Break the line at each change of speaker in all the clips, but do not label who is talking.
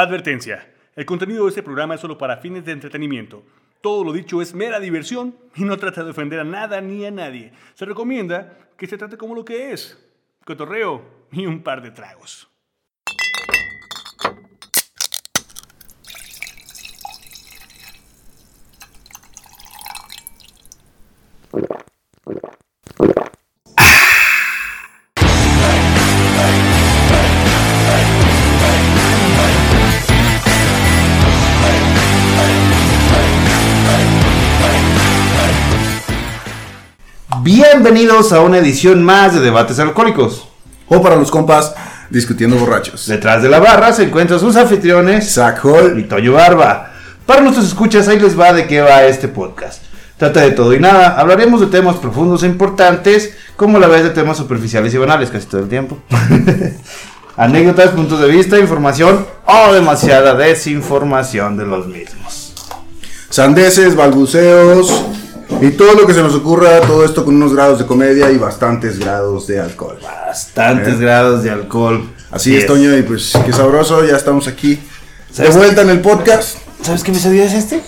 Advertencia. El contenido de este programa es solo para fines de entretenimiento. Todo lo dicho es mera diversión y no trata de ofender a nada ni a nadie. Se recomienda que se trate como lo que es. Cotorreo y un par de tragos.
Bienvenidos a una edición más de Debates Alcohólicos.
O para los compas, discutiendo borrachos.
Detrás de la barra se encuentran sus anfitriones
Zach Hall.
y Toño Barba. Para nuestros escuchas, ahí les va de qué va este podcast. Trata de todo y nada. Hablaremos de temas profundos e importantes, como a la vez de temas superficiales y banales casi todo el tiempo. Anécdotas, puntos de vista, información o demasiada desinformación de los mismos.
Sandeces, balbuceos y todo lo que se nos ocurra, todo esto con unos grados de comedia y bastantes grados de alcohol.
Bastantes
Eh.
grados de alcohol.
Así es, Toño, y pues qué sabroso, ya estamos aquí. De
¿Sabes
vuelta en el podcast,
¿Sabes qué episodio es este?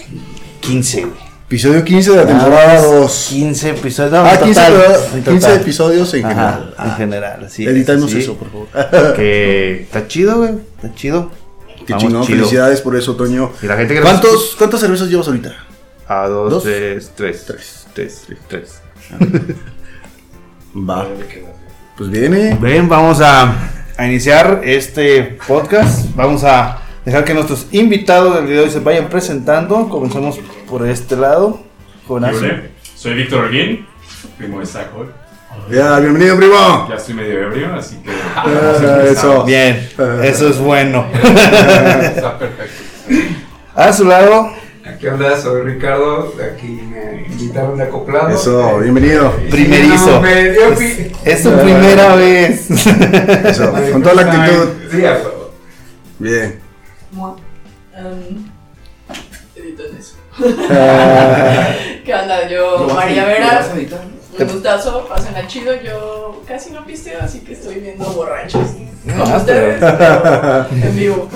15, güey.
episodio 15 de la temporada 2.
15 episodios. No,
Ah,
en
15,
total,
¿verdad?
en
15
total.
episodios en
Ajá,
general.
En general, así. es,
Editamos
sí.
eso, por favor.
Que está chido, güey. Está chido.
Qué
Vamos,
chingón,
chido.
felicidades por eso, Toño.
Y la gente que nos
¿Cuántos, ¿Cuántas cervezas llevas ahorita?
A dos,
Dos.
tres, tres.
Tres.
Tres, tres, tres.
Va. Pues viene.
Bien, vamos a, a iniciar este podcast. Vamos a dejar que nuestros invitados del video se vayan presentando. Comencemos por este lado. Jovenazo.
Hola, soy Víctor Holguín, primo de Zach Hall.
Ya, bienvenido, primo.
Ya estoy medio ebrio, así que.
Ah, eso.
Bien, eso es bueno.
Está perfecto.
A su lado,
¿Qué onda? Soy Ricardo. de Aquí me invitaron de acoplado.
Eso,
Eh,
bienvenido.
primerizo.
no, me dio pi-
es su primera vez.
Eso, con toda la actitud.
Sí, a huevo.
Bien.
Mua. Em, edito en eso. ¿Qué onda? Yo, María Vera. Un gustazo, pasen chido. Yo casi no pisteo, así que estoy viendo borrachos. Como ustedes, pero en vivo.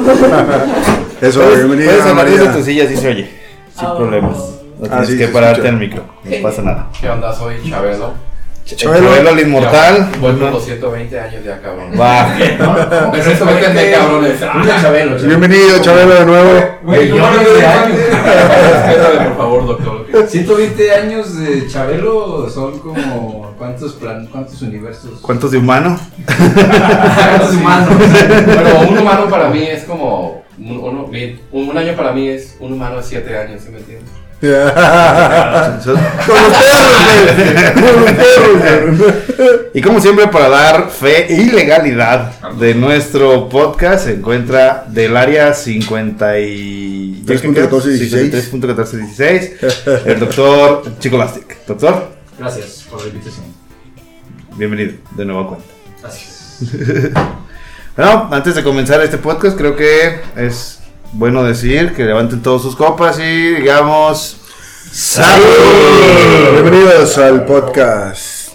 Eso,
Puedes,
bienvenido.
puedes hablar
María.
desde tu silla, sí se oye. Sin
Ah.
problemas. No tienes
sí,
que
se
pararte
escucha.
al micro. No pasa nada.
¿Qué onda? Soy Chabelo.
Chabelo.
Chabelo el inmortal.
Ya, Voy por los 120 años ya, cabrón.
Va.
Pues esto me entiende, cabrones. Mira, Chabelo.
Bienvenido, Chabelo, de nuevo.
Güey, no
Millones
mames,
de
güey.
años. Respétame, por favor, doctor.
120 años de Chabelo son como cuántos plan, cuántos universos.
¿Cuántos de humano?
Cuántos humanos.
Bueno, un humano para mí es como. Un, uno- mil. Un- un año para mí es un humano de 7 años, ¿sí me entiendes?
Ah.
Con los perros, güey. Con los perros, güey.
Y como siempre, para dar fe y legalidad de nuestro podcast, se encuentra del área 50 y...
3.1416.
3.1416, el doctor Chico Lastic. Doctor,
Gracias por la invitación.
bienvenido de nuevo a cuenta.
Gracias.
Bueno, antes de comenzar este podcast, creo que es bueno decir que levanten todos sus copas y digamos. ¡Salud!
Bienvenidos al podcast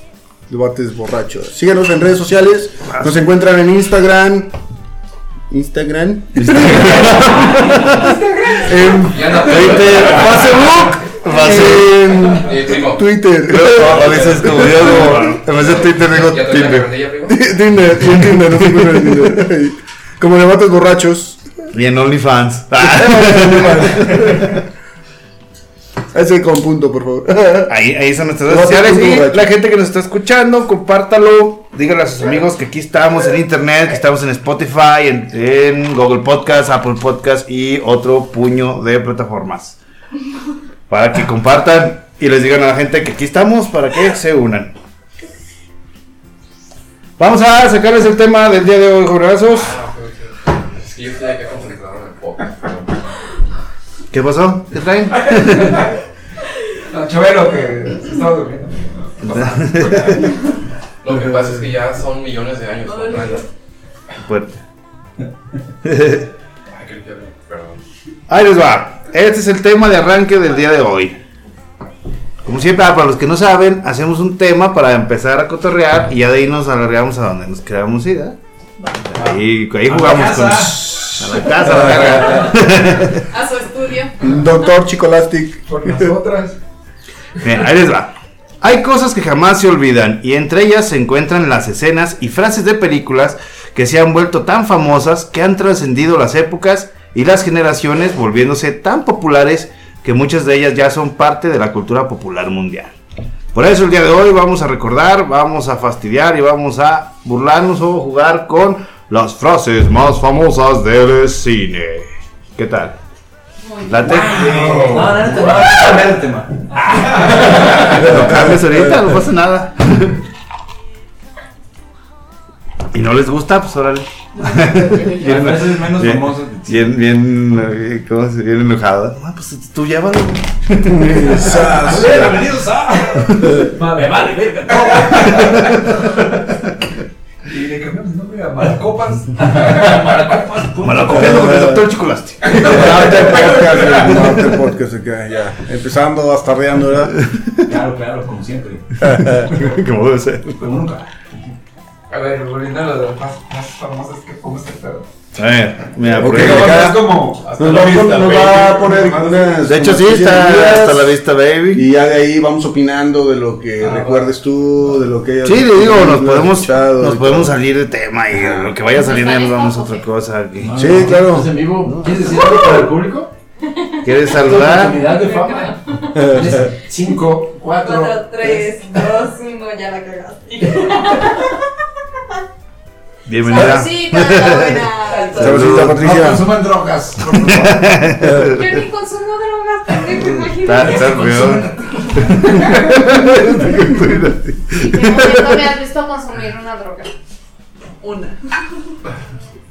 Debates Borrachos. Síguenos en redes sociales. Nos encuentran en Instagram. Instagram. en
Ya no.
Twitter, Facebook, Facebook.
Eh, primo.
Twitter. este
A veces como yo, como, en vez de Twitter digo
Ya te la
Tinder.
cartilla, primo.
Tinder, en Tinder, nos encuentran en Tinder. Como debates borrachos.
Y en OnlyFans.
Ese con punto, por favor.
Ahí, ahí son nuestras redes
No te
sociales.
preocupes,
Y
Racho.
la gente que nos está escuchando, compártalo. Díganle a sus amigos que aquí estamos en internet, que estamos en Spotify, en, en Google Podcast, Apple Podcast y otro puño de plataformas. Para que compartan y les digan a la gente que aquí estamos para que se unan. Vamos a sacarles el tema del día de hoy, jovenazos.
Es que yo estoy acá concentrado en el podcast.
¿Qué pasó? ¿Qué traen?
No, Chabelo que se estaba durmiendo.
Lo que pasa es que ya son millones de años. ¿no?
Fuerte.
Ay, creo que- Perdón.
Ahí les va. Este es el tema de arranque del día de hoy. Como siempre, ah, para los que no saben, hacemos un tema para empezar a cotorrear y ya de ahí nos alargamos a donde nos queramos ir. ¿eh? Ahí, ahí jugamos con. A la casa, a la verga.
A su estudio.
Doctor Chicolastic.
Por nosotras.
Bien, Eh, ahí les va. Hay cosas que jamás se olvidan y entre ellas se encuentran las escenas y frases de películas que se han vuelto tan famosas que han trascendido las épocas y las generaciones volviéndose tan populares que muchas de ellas ya son parte de la cultura popular mundial. Por eso el día de hoy vamos a recordar, vamos a fastidiar y vamos a burlarnos o jugar con las frases más famosas del cine. ¿Qué tal?
Muy bien.
¿Late?
No, no, no, no, cambiar el tema.
Lo cambias ahorita, no pasa nada. Y no les gusta, pues órale.
Las frases menos
Bien.
famosas.
Bien, bien, eh, ¿cómo se bien enojado? Ah, pues tú llévalo.
Bienvenidos a. Vale, vale, verga, todo. Y le cambiamos el nombre a Malacopas. Malacopas.
Me lo copiando con el doctor Chicolasti.
Norte Podcast, güey, Norte Podcast, ok, ya. Empezando, bastardeando, ¿verdad?
Claro, claro, como siempre.
Como debe ser.
Como nunca. A ver, volviendo a las más, más famosas que pongo este pedo.
A ver, mira, por
Ok.
ejemplo,
cada-
Es como. hasta
Nos
la
va, a pon-
vista,
nos
güey.
va a poner unas-
De hecho, sí,
unas
está hasta la
ideas,
vista, baby.
Y ya de ahí vamos opinando de lo que
Ah,
recuerdes tú, de lo que hayas
Sí, le digo, nos
lo has
podemos,
escuchado
nos
y
podemos salir de tema y lo que vaya saliendo ya nos vamos a otra cosa. aquí.
todo. Sí, claro.
¿Estás en vivo?
¿Quieres decir algo para el público?
¿Quieres saludar?
Oportunidad de fama. 5, 4,
4,
3.
3, 2, 1, ya la cagaste.
Bienvenida.
Saludcita, buena.
Salud.
Saludcita,
No
Patricia.
consuman drogas. por favor.
Yo ni consumo drogas, pendejo,
Está,
imagínate.
está peor.
No me has visto consumir una droga.
Una.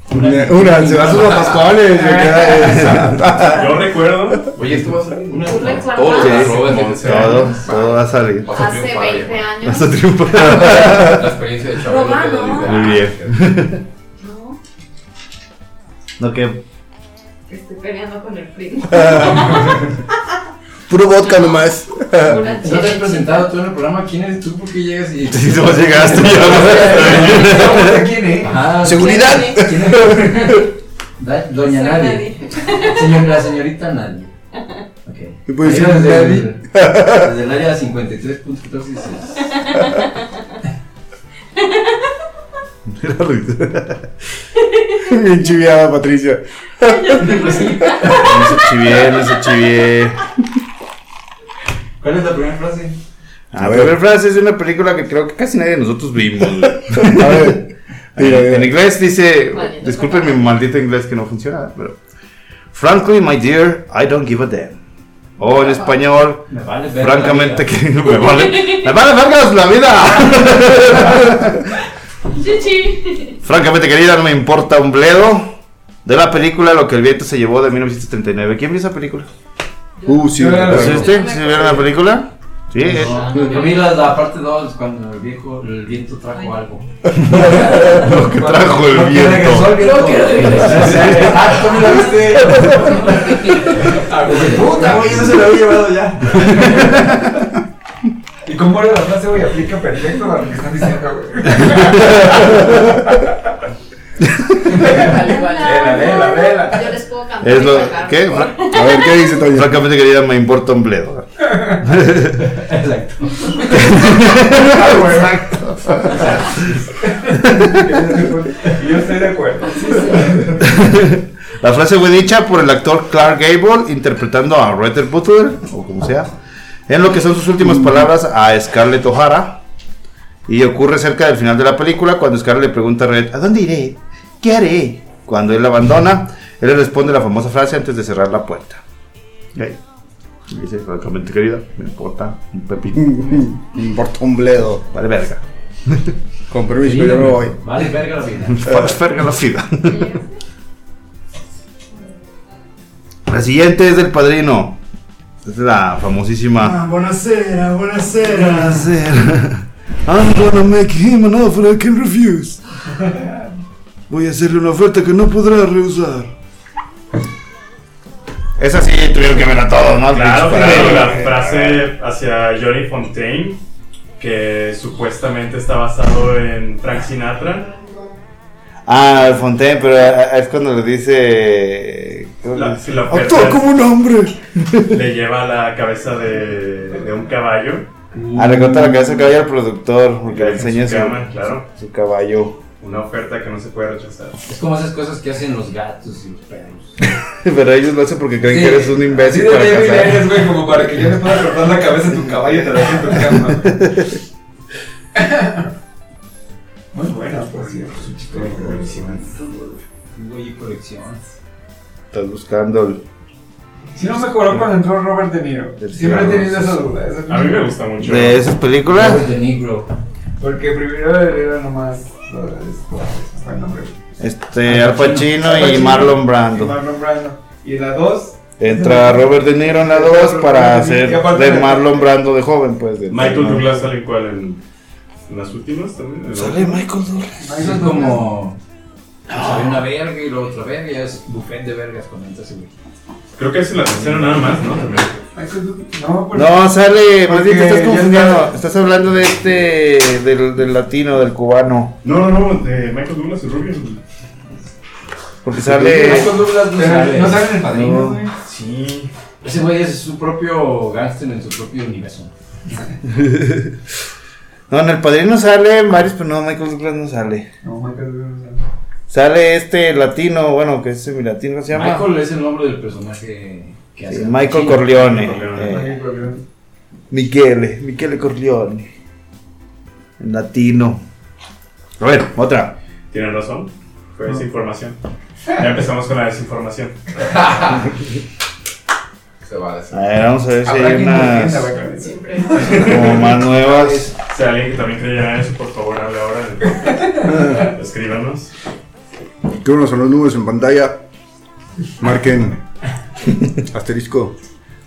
Una, una, se va a sus pascuales. se queda eh, esa.
Yo recuerdo,
Oye, esto va a salir una
¿Tú recuerdas?
Todas
Sí,
las drogas
como
que se
Todo,
hagan.
todo va a salir.
Vas a
Hace
triunfar,
20
ya.
Vas a
años.
triunfar.
La experiencia de Chabelo.
Romano.
te lo dice.
Muy bien.
No,
No, que
estoy peleando con el primo.
Puro vodka nomás.
Una
No te has
chela.
presentado tú en el programa. ¿Quién eres tú? ¿Por qué llegas y.?
si no llegaste ya.
Vamos a quién, eh?
Ah,
Seguridad.
¿quién eres? Da- Doña
Soy
Nadie. Señor, la señorita Nadie. Okay.
Y pues, puedes
Ahí
decir
desde,
Nadie.
el- desde el área 53.14.
Era risa.
Bien chiviada, Patricia.
No se chivié, no se chivié.
¿Cuál es la primera frase?
A ver, la frase es de una película que creo que casi nadie de nosotros vimos. güey.
A ver. Mira,
en
mira.
inglés dice,
Maldito
disculpen mi maldito inglés que no funciona, pero frankly, my dear, I don't give a damn. O en español,
Me vale ver.
francamente que me vale, me vale vergas la vida.
Chichi.
Francamente, querida, no me importa un bledo. De la película Lo que el viento se llevó de 1939. ¿Quién vio esa película?
Uh, sí.
Claro.
¿Sí
claro.
viste? ¿Sí vieron la película? Sí. eh.
No, yo vi la, la parte 2 cuando el viejo, el viento trajo algo.
Lo que trajo el
Lo que
viento.
regresó el viento.
Lo que regresó.
Ah, tú me la viste. Puta, güey, eso se lo había llevado ya. Y como era la frase, güey, aplica perfecto a lo que están diciendo, güey.
Vale, vale.
Vela, vela, vela.
Yo les puedo cantar.
Es
y
lo
bailar.
¿Qué? Fra-
A ver, ¿qué dice Toño?
Francamente, querida, me importa un bledo.
Exacto.
Exacto.
Y yo estoy de acuerdo.
La frase fue dicha por el actor Clark Gable interpretando a Ruther Butler, o como sea, en lo que son sus últimas palabras a Scarlett O'Hara. Y ocurre cerca del final de la película cuando Scarlett le pregunta a Red, ¿a dónde iré? ¿Qué haré? Cuando él la abandona, él le responde la famosa frase antes de cerrar la puerta. Ok. Y dice, francamente querida, me importa un pepino.
Me importa un bledo.
Vale verga.
Con permiso, yo me voy.
Vale, verga la vida.
Fuck, verga la vida. La siguiente es del padrino. Es la famosísima.
Ah, Buenasera,
Ah,
buenasera.
I'm gonna make him an offer I can refuse. Voy a hacerle una oferta que no podrá rehusar. Esa sí tuvieron que verla todos, ¿no?
claro,
Para-
pero la frase hacia Johnny Fontaine, que supuestamente está basado en Frank Sinatra.
Ah, Fontaine, pero ah, ah, es cuando le dice. ¿cómo le
La,
dice?
si la oferta
Actúa como un hombre.
le lleva la cabeza de, de un caballo.
Ah, le corta la cabeza al caballo al productor, porque le
En su
enseña su,
cama, claro.
su caballo.
Una oferta que no se puede rechazar.
Es como esas cosas que hacen los gatos y los perros.
Pero ellos lo hacen porque creen que eres un imbécil
Sí, de
para
bien
casar.
eres, güey, como para que yo le pueda cortar la cabeza a tu caballo y te la deje en tu cama. Muy buena, pues, por cierto. Güey, colección.
Estás buscando. el-
Si no me cobró cuando entró Robert De Niro.
El
Siempre he
cigarro.
tenido esa duda. esa
A mí me gusta mucho.
¿De esas películas?
Robert De Niro. Porque primero era nomás. es- Fue el nombre.
Este, Al Pacino
Al
y
Pacino.
Marlon
Y
Brando.
Marlon Brando. Y la dos.
Entra Robert De Niro en la 2 para hacer
Y aparte
de
de-
Marlon Brando de joven, pues. de-
Michael
¿no?
Douglas sale en cuál en, en las últimas también. ¿no?
Sale Michael Douglas.
Eso es como. pues, había una verga y luego otra verga. Ya es buffet de vergas con ese güey.
Creo que es en la tercera nada más, ¿no? También.
No, porque-
No, sale. Más bien te
Porque
estás
ya
confundiendo.
está-
Estás hablando de este. Del, del latino, del cubano.
No, no, no, de Michael Douglas y Rubio.
Porque sale.
Michael Douglas no
Pero
sale.
no sale en El Padrino,
No.
güey.
Sí.
Ese güey es su propio gángster en su propio universo.
No, en el padrino sale varios, pero no, Michael Douglas no sale.
No, Michael Douglas
Sale este latino, bueno, que es mi latino, ¿cómo se llama? Michael,
Michael es el nombre del personaje que hace.
Michael
Sí.
Corleone.
Corleone.
eh, Michele, Michele Corleone. En latino. A ver, otra.
Tienen razón. Fue desinformación. Ya empezamos con la desinformación.
Se va a decir.
A ver, vamos a ver si
Habrá
hay
quien entienda,
unas
güey.
Siempre.
como más nuevas.
Si alguien que también creyera en eso, por favor, hable ahora. en el podcast. Escríbanos.
Que unos son los números en pantalla. Marquen. Asterisco.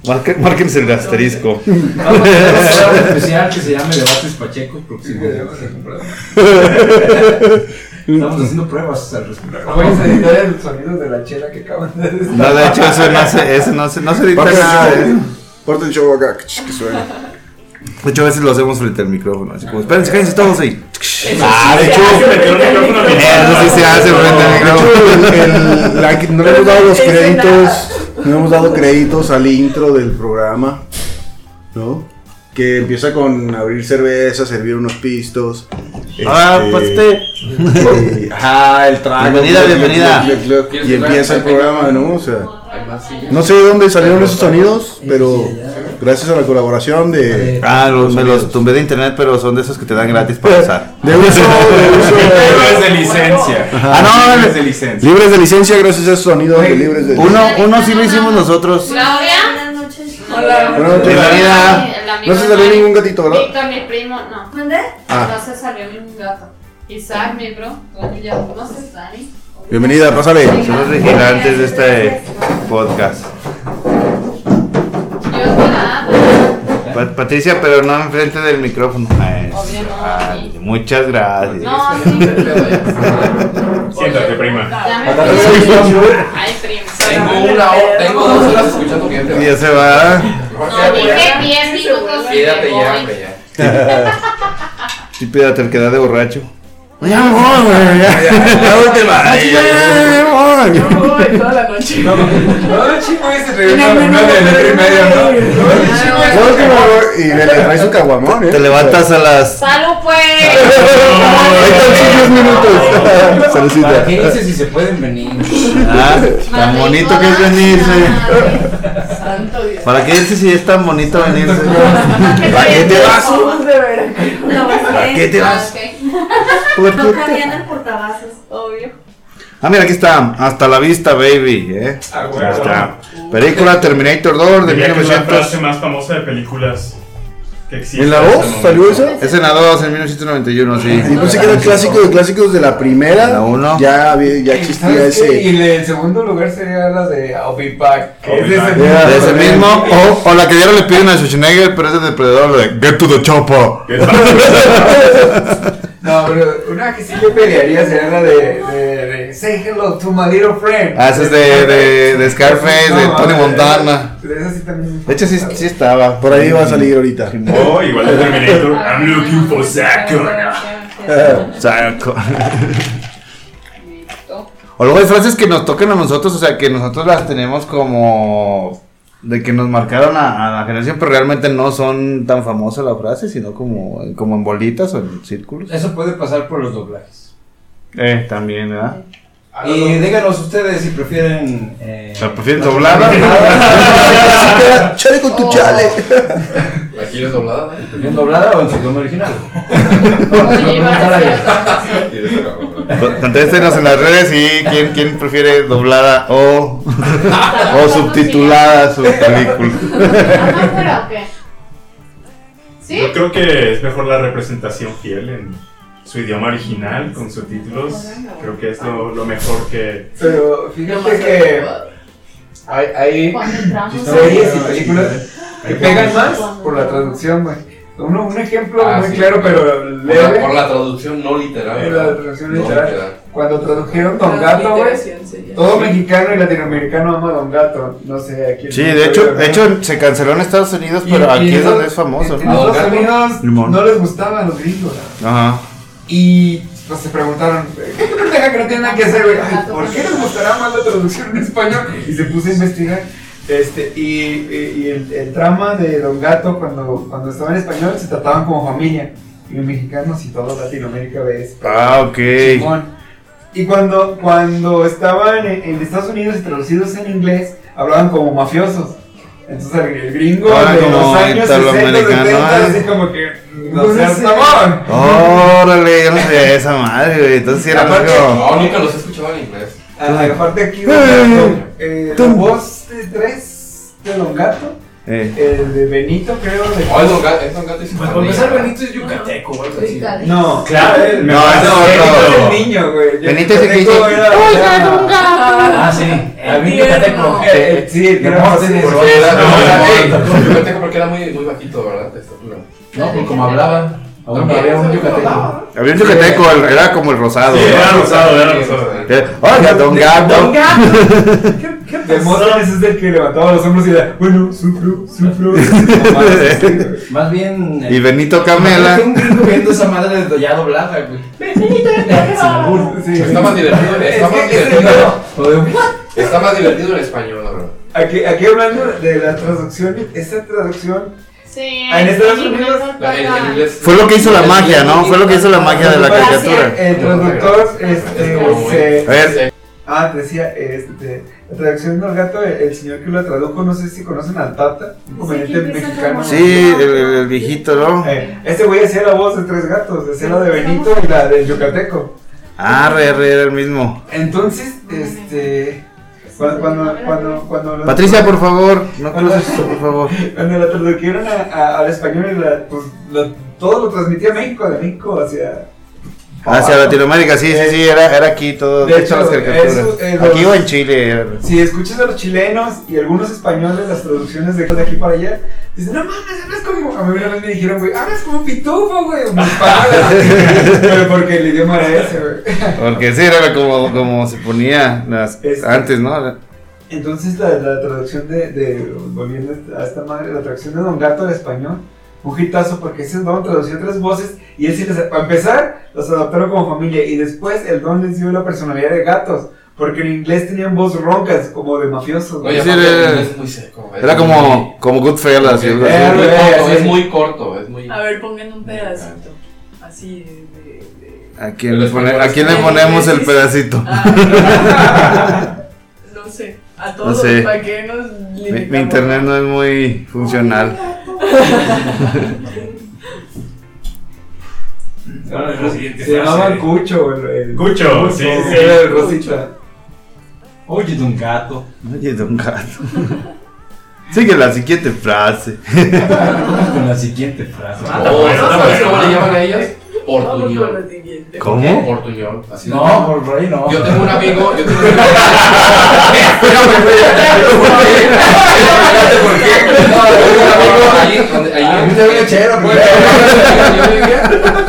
Marquen, márquense el asterisco.
Vamos a hacer un programa especial que se llame Debates Pacheco, próximo Debates de Comprado. Estamos haciendo pruebas al respecto.
Puedes editar el sonido de la chela que acaban de decir.
No, de hecho, eso no se, eso no se, no se edita
Parte del
nada.
show.
¿eh?
Parte del show acá. Que suena.
Muchas veces lo hacemos frente al micrófono. Así como, espérense, cállense todos ahí.
Eso
Ah,
sí
de
se
hecho,
hace,
metió un micrófono en el-
Eso sí se hace frente al
De
micrófono.
hecho, el- el- la- no le hemos dado los créditos. No hemos dado créditos al intro del programa. ¿No? Que empieza con abrir cerveza, servir unos pistos.
Ah,
este,
pues este.
eh, ajá, el trago.
Bienvenida, bienvenida.
Y empieza el programa, ¿no? O sea.
Hay más sillas.
No sé de dónde salieron esos sonidos, pero gracias a la colaboración de.
Ah, los, me los tumbé de internet, pero son de esos que te dan gratis para usar.
De uso, de uso.
de licencia.
Ah, no, no, no,
licencia.
Libres de licencia, gracias a esos sonidos de libres de
uno, uno sí lo hicimos nosotros.
Claudia. Buenas noches.
Hola.
Buenas noches.
Bienvenida.
El amigo
No se salió
Mike,
ningún gatito, ¿verdad?
Víctor, mi primo, no.
Ah,
No se salió ningún gato. Isaac, mi bro. Bueno, ya no se sale.
bienvenida, pásale.
Son los vigilantes de este podcast.
Yo la amo.
Pa- Patricia, pero no enfrente del micrófono. Eso.
Obvio no,
Ay,
sí.
muchas gracias.
No, sí.
Siéntate, prima.
Ya me
Agarra
fui.
el celular.
Ay, primo.
Tengo una hora, tengo dos horas escuchando que ya te
Y
vas.
ya se va.
No, dije 10 minutos. y
Quédate
me
ya,
voy.
hombre, ya.
Sí, pídate el de borracho. Ya me voy, güey, ya. Ya voy, te vas.
Ya me voy.
No puedo ver toda la noche.
No, el chico ese regresa a las nueve de metro y medio, ¿no? No, el chico
Ya
ese-
me voy. Y le le traes un caguamón, ¿eh?
Te levantas a las.
Salud, pues.
minutos.
¿Para
Saludcita.
qué dices si se pueden venir?
Ah, tan
Madre,
bonito que es
madre.
venirse.
Santo Dios.
¿Para qué dices si es tan bonito venirse? ¿Para qué te vas?
Somos de Veracruz.
¿Para qué te
Ah,
vas?
ok.
¿Por qué te-
Cabían el portavasos.
Obvio.
Ah, mira, aquí está. Hasta la vista, baby. ¿eh?
Ah, güey.
Ahí está. Película Terminator 2 de
Diría que es la frase
1900.
más famosa de películas que existe.
¿En la
hasta el
2
momento.
salió esa?
Es en la 2, en 1991, sí.
Y pensé que era el clásico de clásicos de la primera.
La uno.
Ya, había- ya existía
¿Sabes qué?
ese.
Y le- el segundo lugar sería la de Opipac.
I'll Be Back.
De ese mismo, o, o la que dieron le piden a Schwarzenegger, pero es el depredador de Get to the Chopper.
Que es más-
No, pero una que sí le pelearía sería la de, de, de Say hello to my little friend.
Ah, esa es de- de- de Scarface, de Tony Montana.
De, esa sí también.
De hecho, sí, sí estaba.
Por ahí va a salir ahorita.
Oh, igual de Terminator. I'm looking for Zach Connor.
Saco. O luego hay frases que nos tocan a nosotros, o sea, que nosotros las tenemos como de que nos marcaron a, a la generación, pero realmente no son tan famosas las frases, sino como, como en bolitas o en círculos.
Eso puede pasar por los doblajes.
Eh, también, ¿verdad?
Y díganos ustedes si prefieren. eh,
¿La prefieren doblada?
Chale con tu chale.
Aquí es doblada, ¿eh?
¿Prefieren doblada o en su idioma original?
Oye, para
Y les acabo.
Contéstenos en las redes y quién, quién prefiere doblada o, o subtitulada su película.
¿Están fuera o qué?
Yo
¿Sí?
creo que es mejor la representación fiel en su idioma original, con subtítulos. Creo que es lo, lo mejor que.
Pero fíjate que hay, hay
Cuando entramos.
series y películas que pegan más por la traducción, güey. Uno- un ejemplo
Ah,
muy
sí.
claro, pero
Por la, por
leve.
la traducción no literal.
Por
¿verdad?
la traducción
No
literal. Cuando tradujeron Don Gato, güey. Todo mexicano y latinoamericano ama a Don Gato. No sé, aquí.
Sí, de hecho, de hecho se canceló en Estados Unidos, pero aquí es donde es famoso.
En
¿no?
Don
Estados
Gato.
Unidos
Limón.
no les gustaban los gringos.
Ajá.
Y pues se preguntaron, ¿qué pendeja que no tiene nada que hacer, güey? Ay, ¿Por qué les gustará más la traducción en español? Y se puso a investigar. Este, y y- y el, el trama de Don Gato, cuando, cuando estaba en español, se trataban como familia. Y los mexicanos y toda Latinoamérica ves.
Ah, ok.
Simón. Y cuando, cuando estaban en, en Estados Unidos y traducidos en inglés, hablaban como mafiosos. Entonces el, el gringo
Ah,
de
como
los años 60,
italoamericano,
70,
¿eh?
así como que no
No
seas
sé.
mamón.
Órale, yo no sabía esa madre, güey. Entonces sí era
Aparte-
algo.
No, nunca los he escuchado en inglés.
Ah, aparte aquí, Don
Eh,
Gato, eh, la
tú.
voz de tres de Don Gato,
Eh.
el de Benito creo, de...
Oh, es Don Gato. Es Don Gato y su
Para
familia.
empezar, Benito es yucateco o algo así.
No,
Claro, el-
No, ese es
Benito
otro.
es el niño, güey.
Benito es el que dice,
Ah, sí. El
El
niño yucateco.
tierno.
Eh, sí, el que era más
Porque era,
No,
no,
no,
no, yucateco porque era muy, muy bajito, ¿verdad? De estatura.
No, pues como hablaba. Aún no había un yucateco.
Había un yucateco, el- era como el
Ah,
rosado.
Sí, era
¿no?
rosado, era rosado.
Eh, Oiga, don gato.
Demóstenes es el que levantaba los hombros y era, bueno, sufro, sufro. Mamá, sí, güey.
Más bien. eh,
Y Benito Camela.
imagínate Un gringo viendo esa madre de ya doblada, güey. Sin albur.
Sí.
Está más divertido,
Es
está
que
más
ese
divertido.
pedo, o de-
Está más divertido en español, la verdad.
Aquí, aquí hablando de la traducción, esta traducción
Sí.
Ah, en Estados
inglés
Unidos,
no
La- en- en
paga.
inglés-
Fue lo que hizo la magia, ¿no? Fue lo que hizo la magia de la caricatura.
El traductor, este,
Es como,
se-
A ver,
Ah, te decía, este, la traducción del gato, el, el señor que lo tradujo, no sé si conocen al Tata, un comediante
que empieza
mexicano.
como-
sí, el, el- el viejito, ¿no?
Eh, este güey hacía la voz de tres gatos, hacía la de Benito y la del Yucateco.
Ah, re, re, era el mismo.
Entonces, este, cuando, cuando, cuando, cuando lo-
Patricia, por favor, no cruces esto, por favor.
Cuando la tradujeron a- a- al español, y la- pues, la- todo lo transmitía a México, de México hacia...
Hacia Latinoamérica, sí, sí, sí, era, era aquí todo.
De
De hecho,
hecho,
las
eso, eh,
caricaturas.
los-
Aquí o en Chile. era.
Si escuchas a los chilenos y algunos españoles las traducciones de de aquí para allá, dicen, no mames, hablas como. A mí una vez me dijeron, güey, hablas como pitufo, güey, o paga. Pero porque el idioma era ese, güey.
Porque sí, era como, como se ponía las,
Este.
antes, ¿no?
Entonces, la, la traducción de, de. Volviendo a esta madre, la traducción de Don Gato al español, un hitazo, porque ese don tradució tres voces y él sí les. Para empezar, los adoptaron como familia y después el don les dio la personalidad de gatos, porque en inglés tenían voz roncas, como de mafiosos, güey.
Oye,
Sí,
aparte,
era-
el inglés es muy seco. es
Era
muy-
como, como Goodfellas. ¿sí?
Es muy
Eh,
Así.
corto,
sí.
es muy corto, es muy.
A ver, pongan un pedacito. Así de. de-
¿A quién, le pone- a quién le
Sí,
ponemos
sí,
el
sí.
pedacito?
Ah, no sé. A todos
No sé.
para que nos
Mi, mi internet no es muy funcional.
Se llamaba Cucho, el, el
Cucho, sí, sí.
Era el Rosita.
Oye, de un gato.
Oye, don gato. Sigue la siguiente frase.
Vamos con la siguiente frase.
Oh, ¿Sabes cómo le llaman a ellas?
Vamos con
Portuñol.
lo siguiente.
¿Cómo?
Portuñol. Así
No, por por ahí no.
Yo tengo un amigo, yo tengo un amigo. Espérate, ¿por qué? No, yo tengo un amigo ahí donde- ahí
A mí
en-
me veo chero,
Yo
pues.
vivía-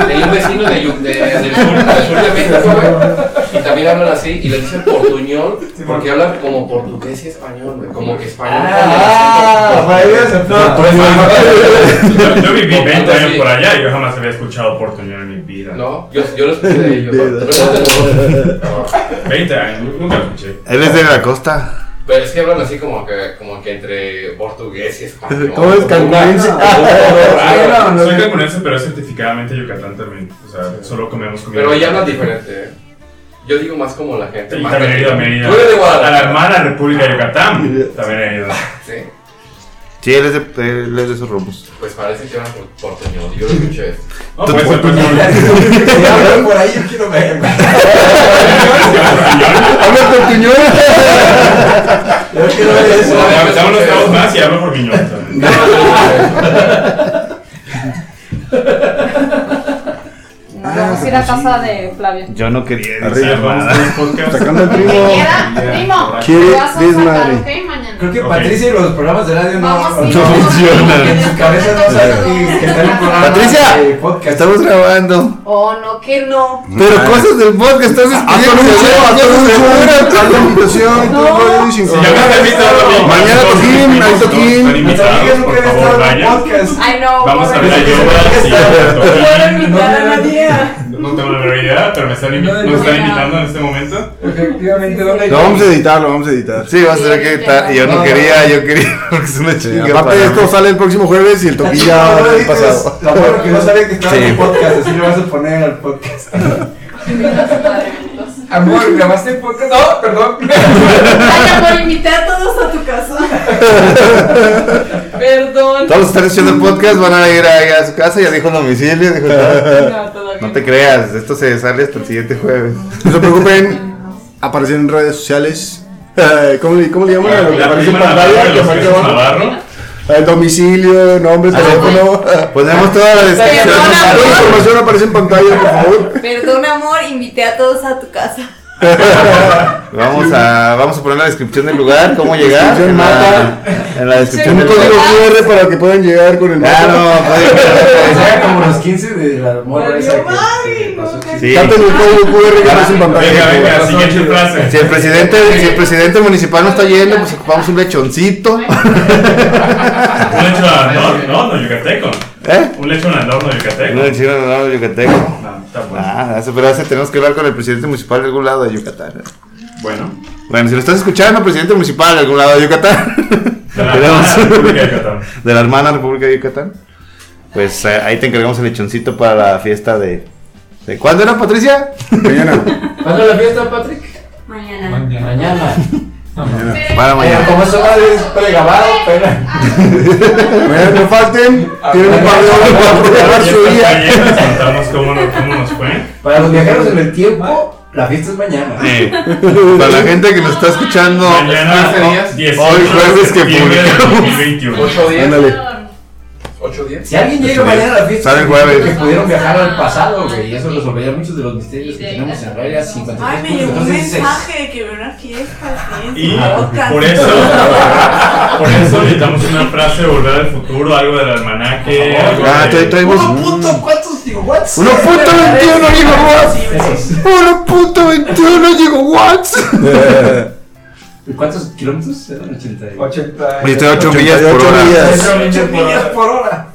Tenía un vecino de Yu- de- del sur del sur de México, güey, y también hablan así, y le dicen portuñol español porque habla como portugués y español, güey. Como que español.
Ah, Rafael, no, pues,
Yo, yo viví
Como
20 años
así.
por allá y yo jamás había escuchado portuñol en mi vida.
No, yo, eh, yo lo escuché de ellos. pero-
No, 20 años, nunca lo escuché.
Él es de la costa.
Pero es que hablan así como que, como que entre portugués y español.
¿Cómo es cancunense?
Claro,
no, no,
soy
no.
cancunense, pero es certificadamente Yucatán también. O sea, solo comemos comida.
Pero ahí hablan diferente. ¿eh? Yo digo más como la gente.
Y
más
también he ido a
mexicana.
Mérida.
Tú eres de
Este A la
Guadalajara.
hermana República de Yucatán. También he ido.
Sí,
Sí, él es de, él es de esos rumbos.
pues parece que hablan por- portuñol. Yo lo escuché.
No, pues, pues, pues,
Por ahí yo quiero ver, güey.
¡Habla portuñol!
Yo quiero ver eso.
Dame unos tragos más y hablo por miñón también.
No, vamos a ir a casa de Flavio.
Yo no quería
O
decir
sea, vamos
nada.
con los podcasts.
Sacando el
¿Te
primo.
queda? Primo,
¿Qué
te vas a sacar,
desmadre?
ok, mañana.
Creo que
Ok.
Patricia y los programas de radio no,
Vamos a ir
no
a-
funciona.
En su cabeza no saben que está el programa
Patricia,
de podcast.
Estamos grabando.
Oh, no, que no.
Pero
Ah,
cosas del podcast estás escribiendo.
Si ya me permite, hablo
Mañana
Todos
toquín,
mis primos,
hay toquín.
todos están
Mis amigas
invitados,
no
por
quieren
favor,
estar en el
vayan.
podcast.
Ay, no.
Vamos a
pobre.
hablar yo, sí,
No
toquín.
quiero invitar a nadie.
No tengo la menor idea, pero me están, invi-
No,
nos están
no.
invitando en este momento.
Efectivamente, ¿dónde
Lo vamos a editar, lo vamos a editar.
Sí, vas a tener que editar. Y Yo no quería, yo quería. Porque es una
Y
chinga.
aparte de esto sale el próximo jueves y el toquilla ya
No lo
el
dices,
pasado.
lo bueno que no saben que estaba en
Sí.
el podcast, así lo vas a poner al podcast.
Ay,
Amor, ¿grabaste el podcast? No, perdón.
amor, invité a todos a tu casa. Perdón.
Todos los que están haciendo el podcast van a ir ahí a su casa. Ya dijo el domicilio. Dijo, no,
No, todavía
no te creas. Esto se sale hasta el siguiente jueves.
No se preocupen, aparecer en redes sociales. Eh, ¿Cómo le, cómo le llaman? a lo que
La
aparece en
prima Navarro
pantalla,
de
que
los
aparece
Jesús
abajo.
Navarro.
El domicilio, nombre, teléfono.
Ponemos toda Ah, la descripción.
Perdona,
Toda
amor.
información aparece en pantalla, por favor.
Perdón, amor, invité a todos a tu casa.
Vamos a, vamos a poner la descripción del lugar. ¿Cómo llegar?
Descripción
En la,
mapa.
en la descripción
Un
del
código
lugar.
QR para que puedan llegar con
Ah,
el mapa.
Claro, código
O sea, como los 15 de la morra esa que-
Ay, no,
que-
que-
Sí.
Capten el código QR que aparece en
Venga,
pantalla.
venga, siguiente frase.
Si el presidente, si el presidente municipal no está yendo, pues ocupamos un lechoncito.
Un lechón al horno, no, no, yucateco.
¿Eh?
Un lechón al horno yucateco.
No, el chino no, el yucateco.
No, está bueno.
Ah, eso, pero hace- tenemos que hablar con el presidente municipal de algún lado de Yucatán. ¿eh?
Bueno.
Bueno, si lo estás escuchando, presidente municipal de algún lado de Yucatán,
De la
Tenemos-
República de Yucatán.
de la hermana República de Yucatán, pues eh, ahí te encargamos el lechoncito para la fiesta de... ¿de ¿Cuándo era, Patricia?
Mañana.
¿Cuándo es la fiesta, Patrick?
Mañana.
Mañana.
Para
Pero
mañana.
como eso va es pregrabado, pero.
Mañana no falten. Tienen un par de horas para programar su
Y
día.
esta calle, les contamos cómo, nos- cómo nos fue.
Para los viajeros en el tiempo, la fiesta es mañana.
Eh, para la gente que nos está escuchando,
Mañana,
quince días.
18
pues, Hoy jueves
de
que
septiembre de
publicamos.
2021.
¿Ocho días?
Ándale.
¿Ocho días?
Si alguien llega mañana a la fiesta,
Sale el jueves.
que pudieron viajar al pasado, güey. Y eso resolvería muchos de los misterios que tenemos en realidad.
Ay, me llegó un mensaje de que hubo una fiesta.
Y
Ah,
podcast.
por eso, por eso necesitamos una frase de volver al futuro, algo del almanaque. algo
ah,
de-
tra- traemos...
Mm.
¿Cuántos digo? ¿What?
1.21 gigawatts.
Sí,
Esos.
1.21 gigawatts.
¿Cuántos kilómetros? Eran 80.
80.
88 millas por
88
hora.
millas.
8 millas por hora.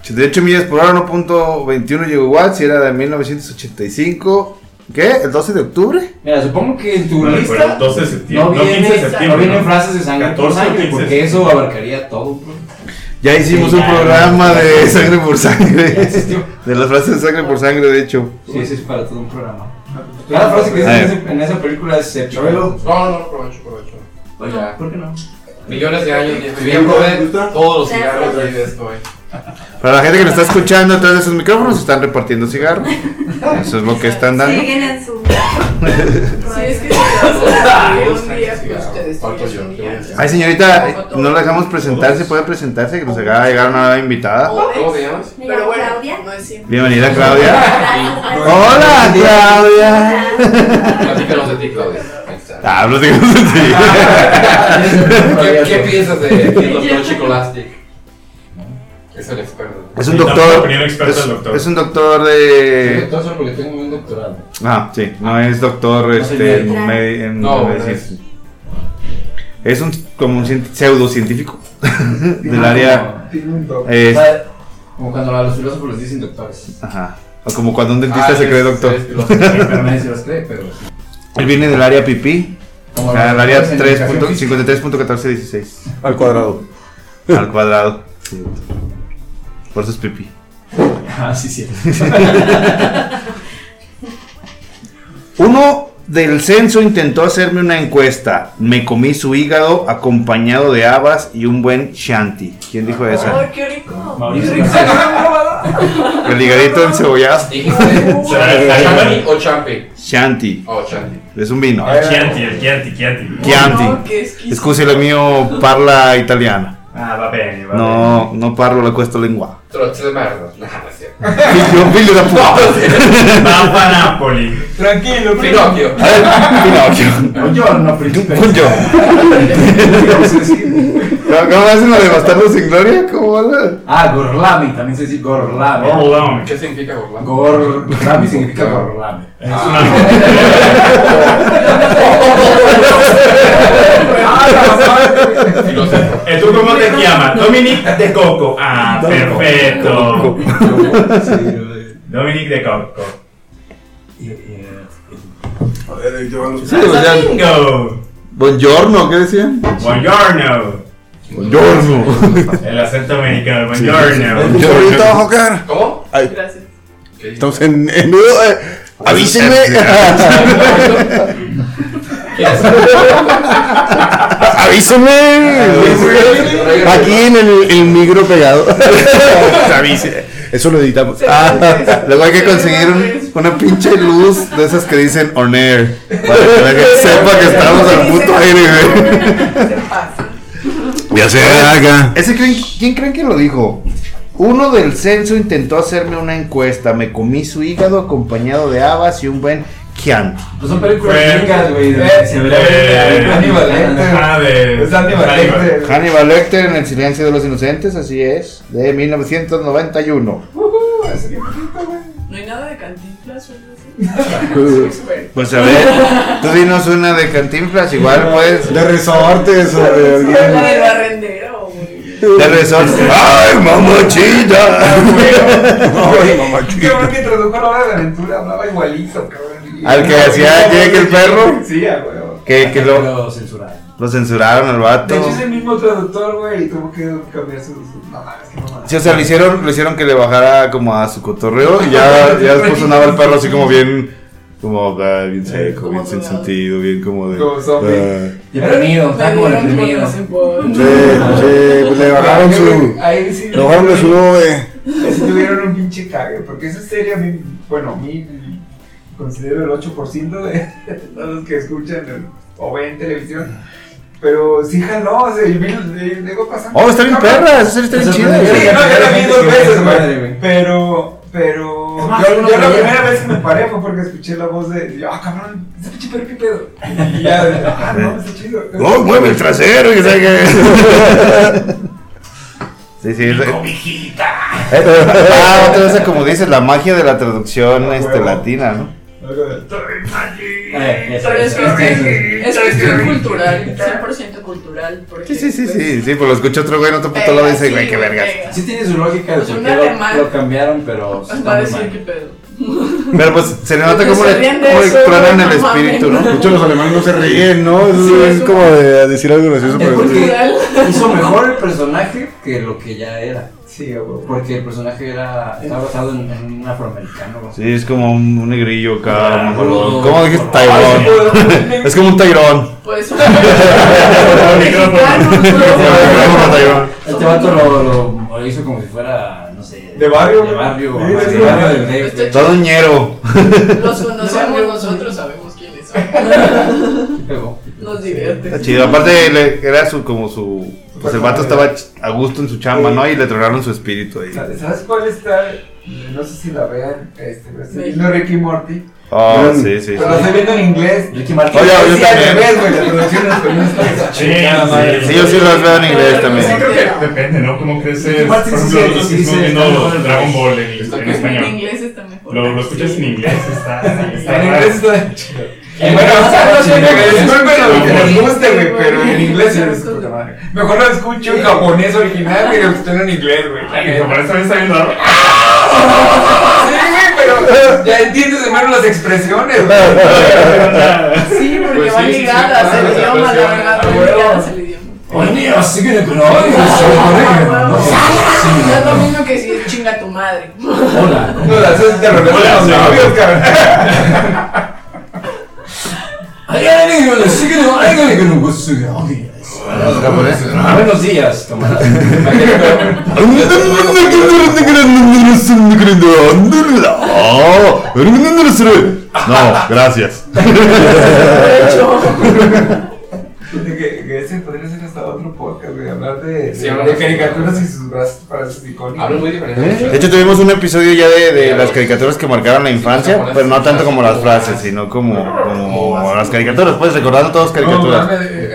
88 millas por hora, 1.21 gigawatts. Y era de 1985. ¿Qué? ¿El 12 de octubre?
Mira, supongo que en tu
No recuerdo,
lista
12 de septiembre,
no
no, 15 de
viene- no
septiembre,
vienen
¿no?
frases de sangre por
14 o
sangre,
15.
porque eso abarcaría todo. bro.
Ya hicimos
Sí,
un
ya.
programa de sangre por
Ya
sangre.
existió.
De las frases de sangre por sangre, de hecho.
Sí, eso es para todo un programa. Cada frase que
A
dices
ver.
en ese- en esa película es épica.
No, no, no, provecho, provecho.
Oiga, ¿por qué no?
Millones de años. Yo ya probé todos los cigarros de ahí de esto, eh. güey.
Para la gente que nos está escuchando atrás de sus micrófonos, están repartiendo cigarros. Eso es lo que están dando.
Siguen en su.
Sí, es que si te vas a morir un día, pues te
Ah,
destruyes un día.
Ay, señorita, eh, no la dejamos presentarse. ¿Puede presentarse? Que nos acaba de llegar una nueva invitada.
¿Cómo te llamas?
Pero bueno, no es siempre.
Bienvenida, Claudia.
Gracias.
Hola, Claudia.
Platícanos de ti, Claudia. Ahí está.
Ah, no sé cómo se dice.
¿Qué, qué piensas de Doctor Chocolastic? Es el experto.
Es un
Y la
doctor.
opinión experta
Es,
del doctor.
es un doctor
Yo
de.
todo solo porque tengo un doctorado.
Ah, sí. No es doctor
soy
este,
médico.
en medi- en
No, no
medicina.
es.
Es un como un cien- pseudocientífico del
Como-
área.
Tiene un toque.
eh,
¿sabe? Como cuando a los filósofos les dicen doctores.
ajá. O como cuando un
Ah,
dentista se cree doctor.
Es,
Pero nadie se los cree, pero sí.
Él viene del área pipí.
Como
o sea, del área
los doctores en educación física.
53.1416
Al cuadrado.
al cuadrado. Por eso es pipí.
Ah, sí, sí.
Uno del censo intentó hacerme una encuesta. Me comí su hígado acompañado de habas y un buen shanty. ¿Quién dijo eso?
Oh, qué rico.
Mauricio.
El hígadito encebollado.
Dijiste, ¿Chamani o Champe?
Shanty.
Oh, Champe.
Es un vino.
El Chianti, el Chianti, Chianti.
Chianti.
No, qué exquisito.
Scusi la mio parla italiana.
Ah, va bene, va bene.
No, no parlo la questa lingua.
Trozo de merda. No, no es cierto.
Figlio, figlio da puttana.
Papa Napoli.
Tranquilo,
Pinocchio.
A ver, Pinocchio.
Buongiorno,
Un yo. ¿Cómo hacen lo de bastardo sin gloria? ¿Cómo hablan?
Ah, Gorlami, también se dice Gorlami.
All alone.
¿Qué significa Gorlami?
Gorlami significa Gorlami.
Es una.
Filósofo.
¿Y tú cómo te llamas? Dominic de Coco. Ah, perfecto. Dominic de Coco.
A ver, ahí te van los-
Sí, o
pues
sea,
Bingo.
buongiorno, ¿qué decían?
Buongiorno.
Buongiorno.
El acento americano. Buongiorno.
Yo ahorita voy a jugar.
¿Cómo?
Gracias.
¿Qué dice?
Estamos en. en- eh, avísenme.
eh, ¿Quieres?
eh,
avísenme. Aquí en el, el micro pegado. Avise. Eso lo editamos.
Ah, luego hay que conseguir un- una pinche luz de esas que dicen on air. Para que la gente sepa que estamos al puto aire, güey.
Se pasa.
Ya se haga.
¿Ese creen, ¿Quién creen que lo dijo? Uno del censo intentó hacerme una encuesta. Me comí su hígado acompañado de habas y un buen Chianti.
Pues son películas
Fue-
gringas, güey.
fue-
Se ve
Eh,
Aníbal, ¿eh?
Ah, de.
Es Dani Valente.
Hannibal Lecter en El silencio de los inocentes, así es, de 1991.
No hay nada de cantinflas o algo así. Súper.
Pues a ver, tú dinos una de Cantinflas, igual puedes...
De resortes o de
La del
alguien.
barrendero, güey.
De resorte. ¡Ay, mamachita!
Ay, mamá,
Qué bueno que tradujo la hora de aventura, hablaba igualito, cabrón.
Al que hacía Jack el perro.
Sí, a huevo.
Que, que lo,
Lo censuraron.
lo censuraron al
De
vato.
hecho es el mismo traductor, güey, y tuvo que cambiar su... su- No mames, que no mames.
Sí, o sea, le hicieron, le hicieron que le bajara como a su cotorreo y ya, ya después sonaba el perro así como bien... Como ah, bien seco, bien sin sentido, bien como de...
Como zombie.
ah.
Deprimido,
Me
está como
dieron
deprimido.
bolas en polvo.
Sí, sí, pues le bajaron su.
Ahí sí.
Le bajaron de su nube.
Si tuvieron un pinche cague, porque esa serie a mí, bueno, a mí considero el 8% de los que escuchan el- o ven televisión. Pero sí jaló, o sea, y vi- y luego pasando.
¡Oh, está bien perra! Esa serie está bien chida.
Sí, no, yo la vi dos veces, güey.
güey.
Pero, pero.
Es más,
Yo,
uno
yo la
veía.
primera vez que me paré fue porque escuché la voz de. y yo, ¡Ah, cabrón! ¡Ese pinche perro, qué pedo! Y ya, ¡ah, no, está chido!
¡Oh, mueve el trasero! Que sabe que... Sí, sí. es- Ah, otra vez, como dices, la magia de la traducción este,
huevo.
latina, ¿no?
Algo de-
Eh, eso,
Pero es
eso, eso,
que
eso.
es cuestión cultural, 100% cultural.
Sí,
porque,
sí, sí,
pues,
sí, sí, pues lo escucha otro güey en otro puto
pega,
lado y dice,
sí,
güey, qué vergas.
pega.
Sí tiene su lógica de
Pues
por
un
qué lo,
alemán.
lo cambiaron, pero sí
Va a
está muy
decir qué
mal.
pedo.
Pero pues se le nota
Porque
cómo
se
le
ríen de
cómo le
eso,
exploran
no
el
mames.
espíritu, ¿no?
De hecho, los alemanes no se ríen, ¿no? Es,
Sí,
es
es
como de decir algo gracioso,
Es
pero sí.
porque
Cultural. pues.
hizo mejor el personaje que lo que ya era.
Sí, a huevo.
Porque el personaje era, estaba basado en, en un afroamericano. güey.
Sí, es como un, un negrillo acá.
Ah,
¿Cómo
boludo.
cómo dijiste Tairón? Es como un Tairón.
Pues.
Como
Mexicano,
Tairón.
Este vato lo, lo, lo hizo como si fuera, no sé.
De barrio,
De
güey.
barrio.
Sí,
ajá,
sí,
de
sí.
barrio del DF.
Este
Todo ñero.
Los conocemos nosotros, sabemos quiénes son.
Sí pegó.
Nos divierte.
Está chido. Aparte, le- era su, como su. Pues el vato estaba ch- a gusto en su chamba, ¿no? Y le tronaron su espíritu ahí.
¿Sabes cuál está No sé si la vean, este, me estoy viendo Ricky Morty.
Oh, sí, sí,
Pero la estoy viendo en inglés.
Ricky Martin.
Oye, yo
Sí, al
también.
revés, güey, la traducción en español está esa.
Sí,
Sí, yo sí las veo en inglés
Sí,
también.
creo que depende, ¿no? Cómo creces. Por
Martin, sí,
ejemplo,
sí,
nosotros
sí,
estamos
sí,
viendo
sí.
Dragon Ball en, en
En
En
español.
inglés está mejor.
Lo, lo escuchas en inglés, está. está,
En inglés está chido. Bueno, o sea, no sé,
Bueno,
disculpen lo que les guste, güey,
Sí,
pero
güey.
en inglés sí es puta madre. Mejor lo escucho en japonés original, güey, lo que está en inglés, güey. la
Y
neta.
como esta vez está viendo algo,
Sí, güey, pero ya entiendes de menos las expresiones, güey.
Sí, porque
Pues
van
sí, sí, sí,
ligadas
claro,
el
la
idioma, la
expresión,
verdad,
a
van
huevo.
ligadas el idioma.
Oye, así que no,
Ah, huevo. No es lo mismo que decir chinga tu madre.
Hola.
No las haces de repente
Hola,
los
sí.
labios, cabrón.
Los japoneses.
Buenos días, camarada.
Oh,
No, gracias.
De hecho,
De que, que ese podría ser hasta otro podcast, güey, hablar de,
Sí,
de-
hablamos
de
de-
caricaturas y sus brazos para sus icónicos.
Hablo muy
¿Eh? De
diferente.
hecho, tuvimos un episodio ya de, de las caricaturas que marcaron la infancia, pero no tanto como las frases, sino como, como las caricaturas. Pues recordando todas las caricaturas.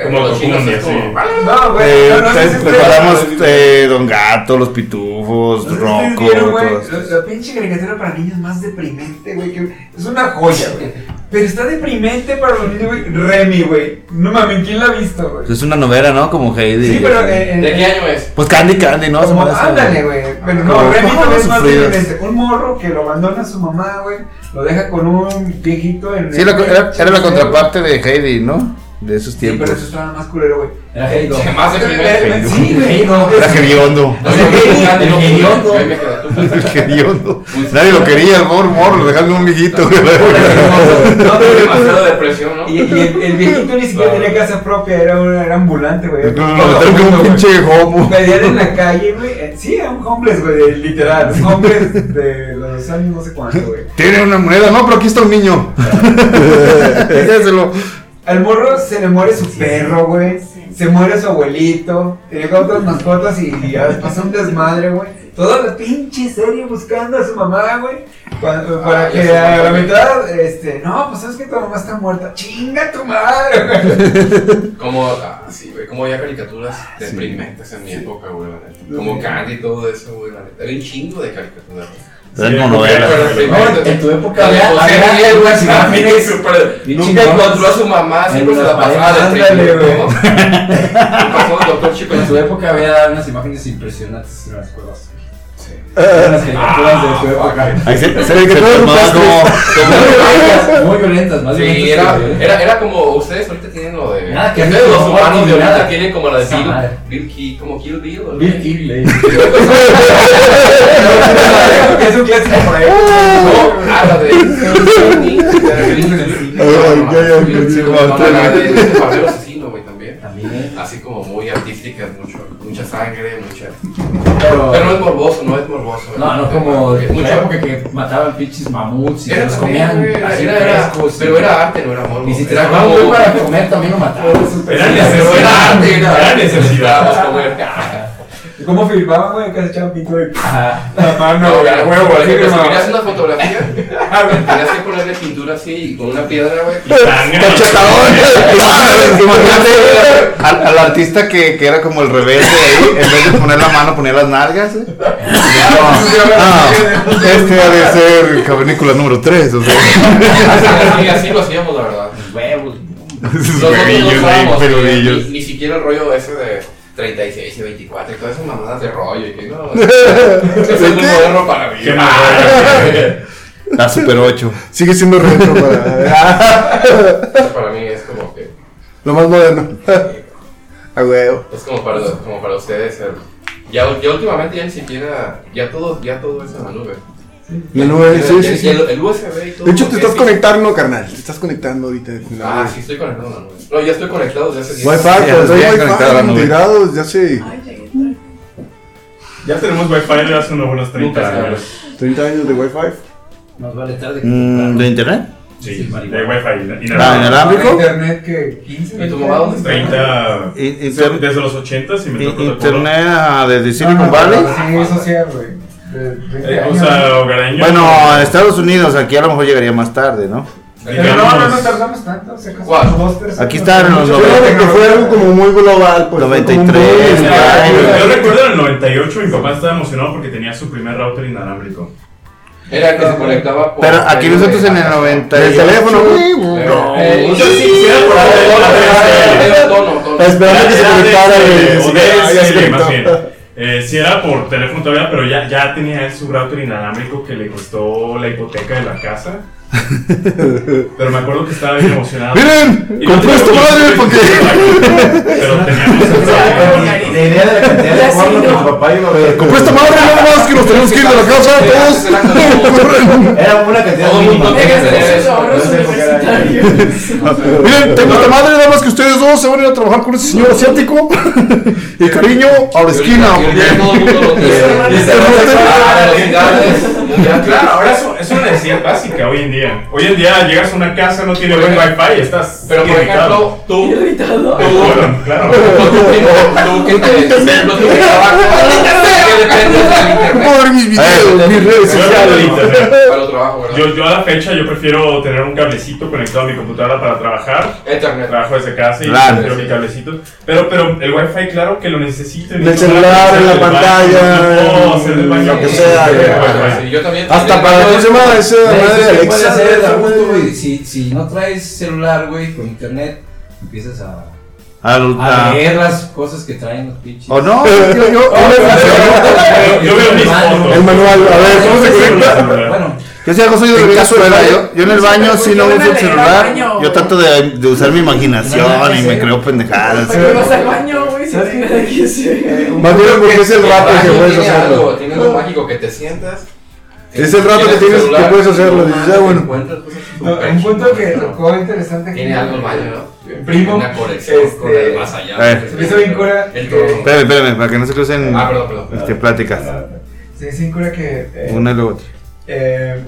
como
los
los
chinos,
chinos,
es como-
sí.
No, güey,
Eh,
no, no sé
te-
si ustedes-
Recordamos eh, Don Gato, Los Pitufos,
no sé si ustedes
Rocco,
vieron, güey,
todas.
la, la pinche caricatura para niños más deprimente, güey, que es una joya, güey. Pero está deprimente para los niños, güey. Remy, güey. No mames, ¿quién la ha visto, güey?
Es una novela, ¿no? Como Heidi.
Sí, pero eh, eh,
¿De qué año es?
Pues Candy Candy, ¿no? Se
Como,
parece,
ándale, güey. Pero
Como
no, Remy
todos
también es más
sufridos.
diferente. Un morro que lo abandona a su mamá, güey. Lo deja con un viejito en.
Sí, la- era, era la contraparte de Heidi, ¿no? De esos
Sí,
tiempos.
pero eso estaba más culero, güey. eh,
Era Heido.
Que más de primer.
Sí, güey.
Heido.
Era hediondo.
El hediondo.
Yo me quedé-
Hediondo.
Pues
Nadie lo quería, el pobre morro, lo dejaron un viejito. güey.
No, tuve demasiada depresión, ¿no?
Y, y el, el viejito ni siquiera tenía casa propia, era, un, era ambulante, güey.
Lo metieron como un pinche homo.
Pedían en la calle, güey. eh, Sí, era un homeless, güey, de- literal. Un homeless de los años no sé cuánto, güey.
Tiene una moneda, no, pero aquí está un niño. Déselo.
Al morro se le muere su perro, güey. Se muere su abuelito. Tenía con otras mascotas y, y ya pasa un desmadre, güey. Toda la pinche serie buscando a su mamá, güey. Cuando- Para
Ah, ya
que
sé,
a la
güey.
mitad, este, no, pues sabes que tu mamá está muerta. Chinga tu madre, güey.
Como, ah, sí, güey, como había caricaturas deprimentes en mi época, güey, la neta. Como Candy y todo eso, güey, la neta. Había un chingo de caricaturas.
Es
Pero
monovela.
primero-
en tu época
Había
había había alguien, güey, sin
una mina y
amigos.
súper-
Bien
Nunca
chingón.
encontró a su mamá, siempre se la pasaba de
Ándale,
triple, ¿no? Y pasó el doctor Chico
En
en
su
su-
época había unas imágenes impresionantes en las cuevas. Eran Las caricaturas de su época.
Ahí se, se ve que todo
Muy violentas, muy violentas, más
Sí,
violentas que
era,
¿eh? violentas.
era, era como ustedes ahorita tienen lo de.
Nada que
ustedes
ver,
los
no,
humanos
ni
de ahorita
nada.
tienen como la de
Esa
Bill,
madre.
Bill Key, como Kill Bill. o algo
Bill
así.
Kill, eh.
es un clásico por ahí.
No, ah, la de. La de de Pablo Asesino, güey, también.
También, eh.
Así como muy artísticas, mucho, mucha sangre, mucha.
Pero,
Pero no es morboso, no es morboso. güey.
no, no como
Es mucho-
la época que mataban pinches mamuts y se
Era
los
comida,
comían
güey, era-
así
era-
frescos.
Pero era arte, no era morbo.
Y si te
Era
sacaban
como-
güey para comer también lo mataban.
Era
Pero era
necesidad.
arte, era
Era necesidad.
Necesitábamos comer.
¿Cómo firmaban, güey? Acá se echaban pintura y
Ajá.
la mano, güey, a huevo,
Por
así
ejemplo, si
firmaban.
querías una fotografía, tenías que ponerle pintura así y con una piedra, güey.
Cachetadón. Imagínate al, al artista que, que era como el revés de ahí, en vez de poner la mano, ponía las nalgas. ¿eh? No, ah, este ha de ser cavernícola número 3. O sea,
Así, así lo hacíamos, la verdad.
Huevos.
esos
Nosotros no
pelillos ahí,
usábamos ni,
peludillos.
ni- ni siquiera el rollo ese de 36 y 24 y todas esas mamadas de rollo. Y que no, ese es un moderno para mí.
Qué
Ah,
mal.
La Super 8.
Sigue siendo retro para. ah,
Para mí es como que.
Lo más moderno. A huevo.
Es como para, como para ustedes. el- ya, ya últimamente ya ni siquiera. Ya todo, ya todo es en la nube.
La nube, sí,
Ya-
sí,
ya
sí.
El, el USB y todo.
De hecho, te
porque
estás
sí-
conectando, carnal. Te estás conectando ahorita.
Ah, sí, estoy conectado a la nube. No, ya estoy conectado desde hace 10
Wi-Fi,
Sí,
pero
los
soy
bien conectado a la
Wi-Fi
nube.
integrado desde hace
ay, llegué tarde.
Ya tenemos Wi-Fi de hace unos buenos 30
Nunca
años.
30 años de Wi-Fi.
Nos vale tarde. que
Mm,
temprano.
¿De internet?
Sí, de Wi-Fi.
Ah,
inalámbrico.
inalámbrico.
internet que 15.
¿Y tu mamá dónde está?
30.
In-
Desde
inter-
desde los 80 y me
in-
tocó
Internet ah, desde
No, no,
Silicon Valley.
no, Sí, eso sí, güey. de este 20
Eh, o
años.
sea, hogareño.
Bueno, este- a Estados Unidos, aquí a lo mejor llegaría más tarde, ¿no?
Pero no, no, no tardamos tanto. Si acaso
¿Cuál?
dos, tres
Aquí
años.
están los
Yo
noventa.
creo que fue algo como muy global, pues. fue como un
93,
boom.
ya,
Yo yo recuerdo en el 98 mi papá estaba emocionado porque tenía su primer router inalámbrico.
Era el que se conectaba por.
Pero aquí nosotros en el 90.
El teléfono.
No,
Eh,
yo sí, sí, era por
Ah,
ahí,
ah,
era eh, tono, tono.
Esperando que se
Era
conectara
DSL,
el.
o
sí, ya se
DSL, más
conectó.
bien. Eh, sí era por teléfono todavía, pero ya, ya tenía él su router inalámbrico que le costó la hipoteca de la casa. Pero me acuerdo que estaba bien emocionado.
Miren,
Y
compré
yo
esta
tengo
madre
un-
porque.
Pero teníamos un
Claro.
router.
La idea de la cantidad de
Ya
porno
sí,
que
no.
mi papá iba a ver.
Compré esta madre nada más que nos tenemos que ir de la casa
Se la- se la-
todos. Corren.
Era una cantidad
Todo el mundo
mínima.
tiene que
Llegaste
tener
esos
eso.
ahorros
Pero esa época era-
universitarios.
Miren, tengo esta madre nada más que ustedes dos se van a ir a trabajar con ese señor asiático. Y cariño, a la esquina.
Y ahorita todo el mundo lo tiene.
Y este
Se va a
router-
separar los cigarros. Ya,
Claro,
claro.
ahora es, es una necesidad básica hoy en día. Hoy en día llegas a una casa, no tiene buen wifi, estás
Pero por
irritado.
ejemplo, tú.
Irritado.
Te cobran, claro.
Tú que te- los que trabajas, que dependes del
¿Cómo
internet
ver mis
Eh,
videos, mis redes
yo hablo de internet.
sociales?
para el trabajo, ¿verdad?
Yo, yo a la fecha yo prefiero tener un cablecito conectado a mi computadora para trabajar.
Internet.
Trabajo desde casa y
Claro.
prefiero mi cablecito. Pero, pero el wifi claro que lo necesito.
En el celular, en la pantalla,
No, hacer del baño.
lo que sea,
Tener
ya.
wifi.
Sí, yo también.
Hasta para cómo se llama esa
La
madre de
decisión que puedes
Alexa.
hacer es a
esa
gusto,
madre.
güey. Si, si no traes celular, güey, con internet, empiezas a,
Al- ah.
a
Ah.
a-
leer las cosas que traen los pinches.
¿O no? Yo, yo,
Yo- yo veo mis fotos.
El manual, a ver, ¿cómo se conecta?
Bueno,
Yo sí hago soy de la escuela. Yo, yo en el baño sí no
Yo en
uso el
el
celular.
baño.
Yo trato de, de usar mi imaginación y me creo pendejadas.
Porque vas al baño, güey, sin
¿Sabes
tener
qué?
aquí ese-
Más bien porque es el rato que puedes
tiene
hacerlo.
Algo, tiene algo mágico que te sientas.
Es el rato que
tu
tienes- que
celular,
puedes hacerlo,
no
dices,
mames,
ya, bueno.
encuentras cosas
No,
súper
un punto que
chingonas, ¿no?
tocó interesante. aquí.
Tiene algo malo, ¿no?
Primo,
Una conexión con
este,
el más allá.
eh.
Se me hizo bien cura
El
que-
todo.
Espérame, espérame, para que no se crucen
Ah, perdón, perdón.
este, pláticas.
Sí, sí, cura que. eh,
Una y luego otra.
eh,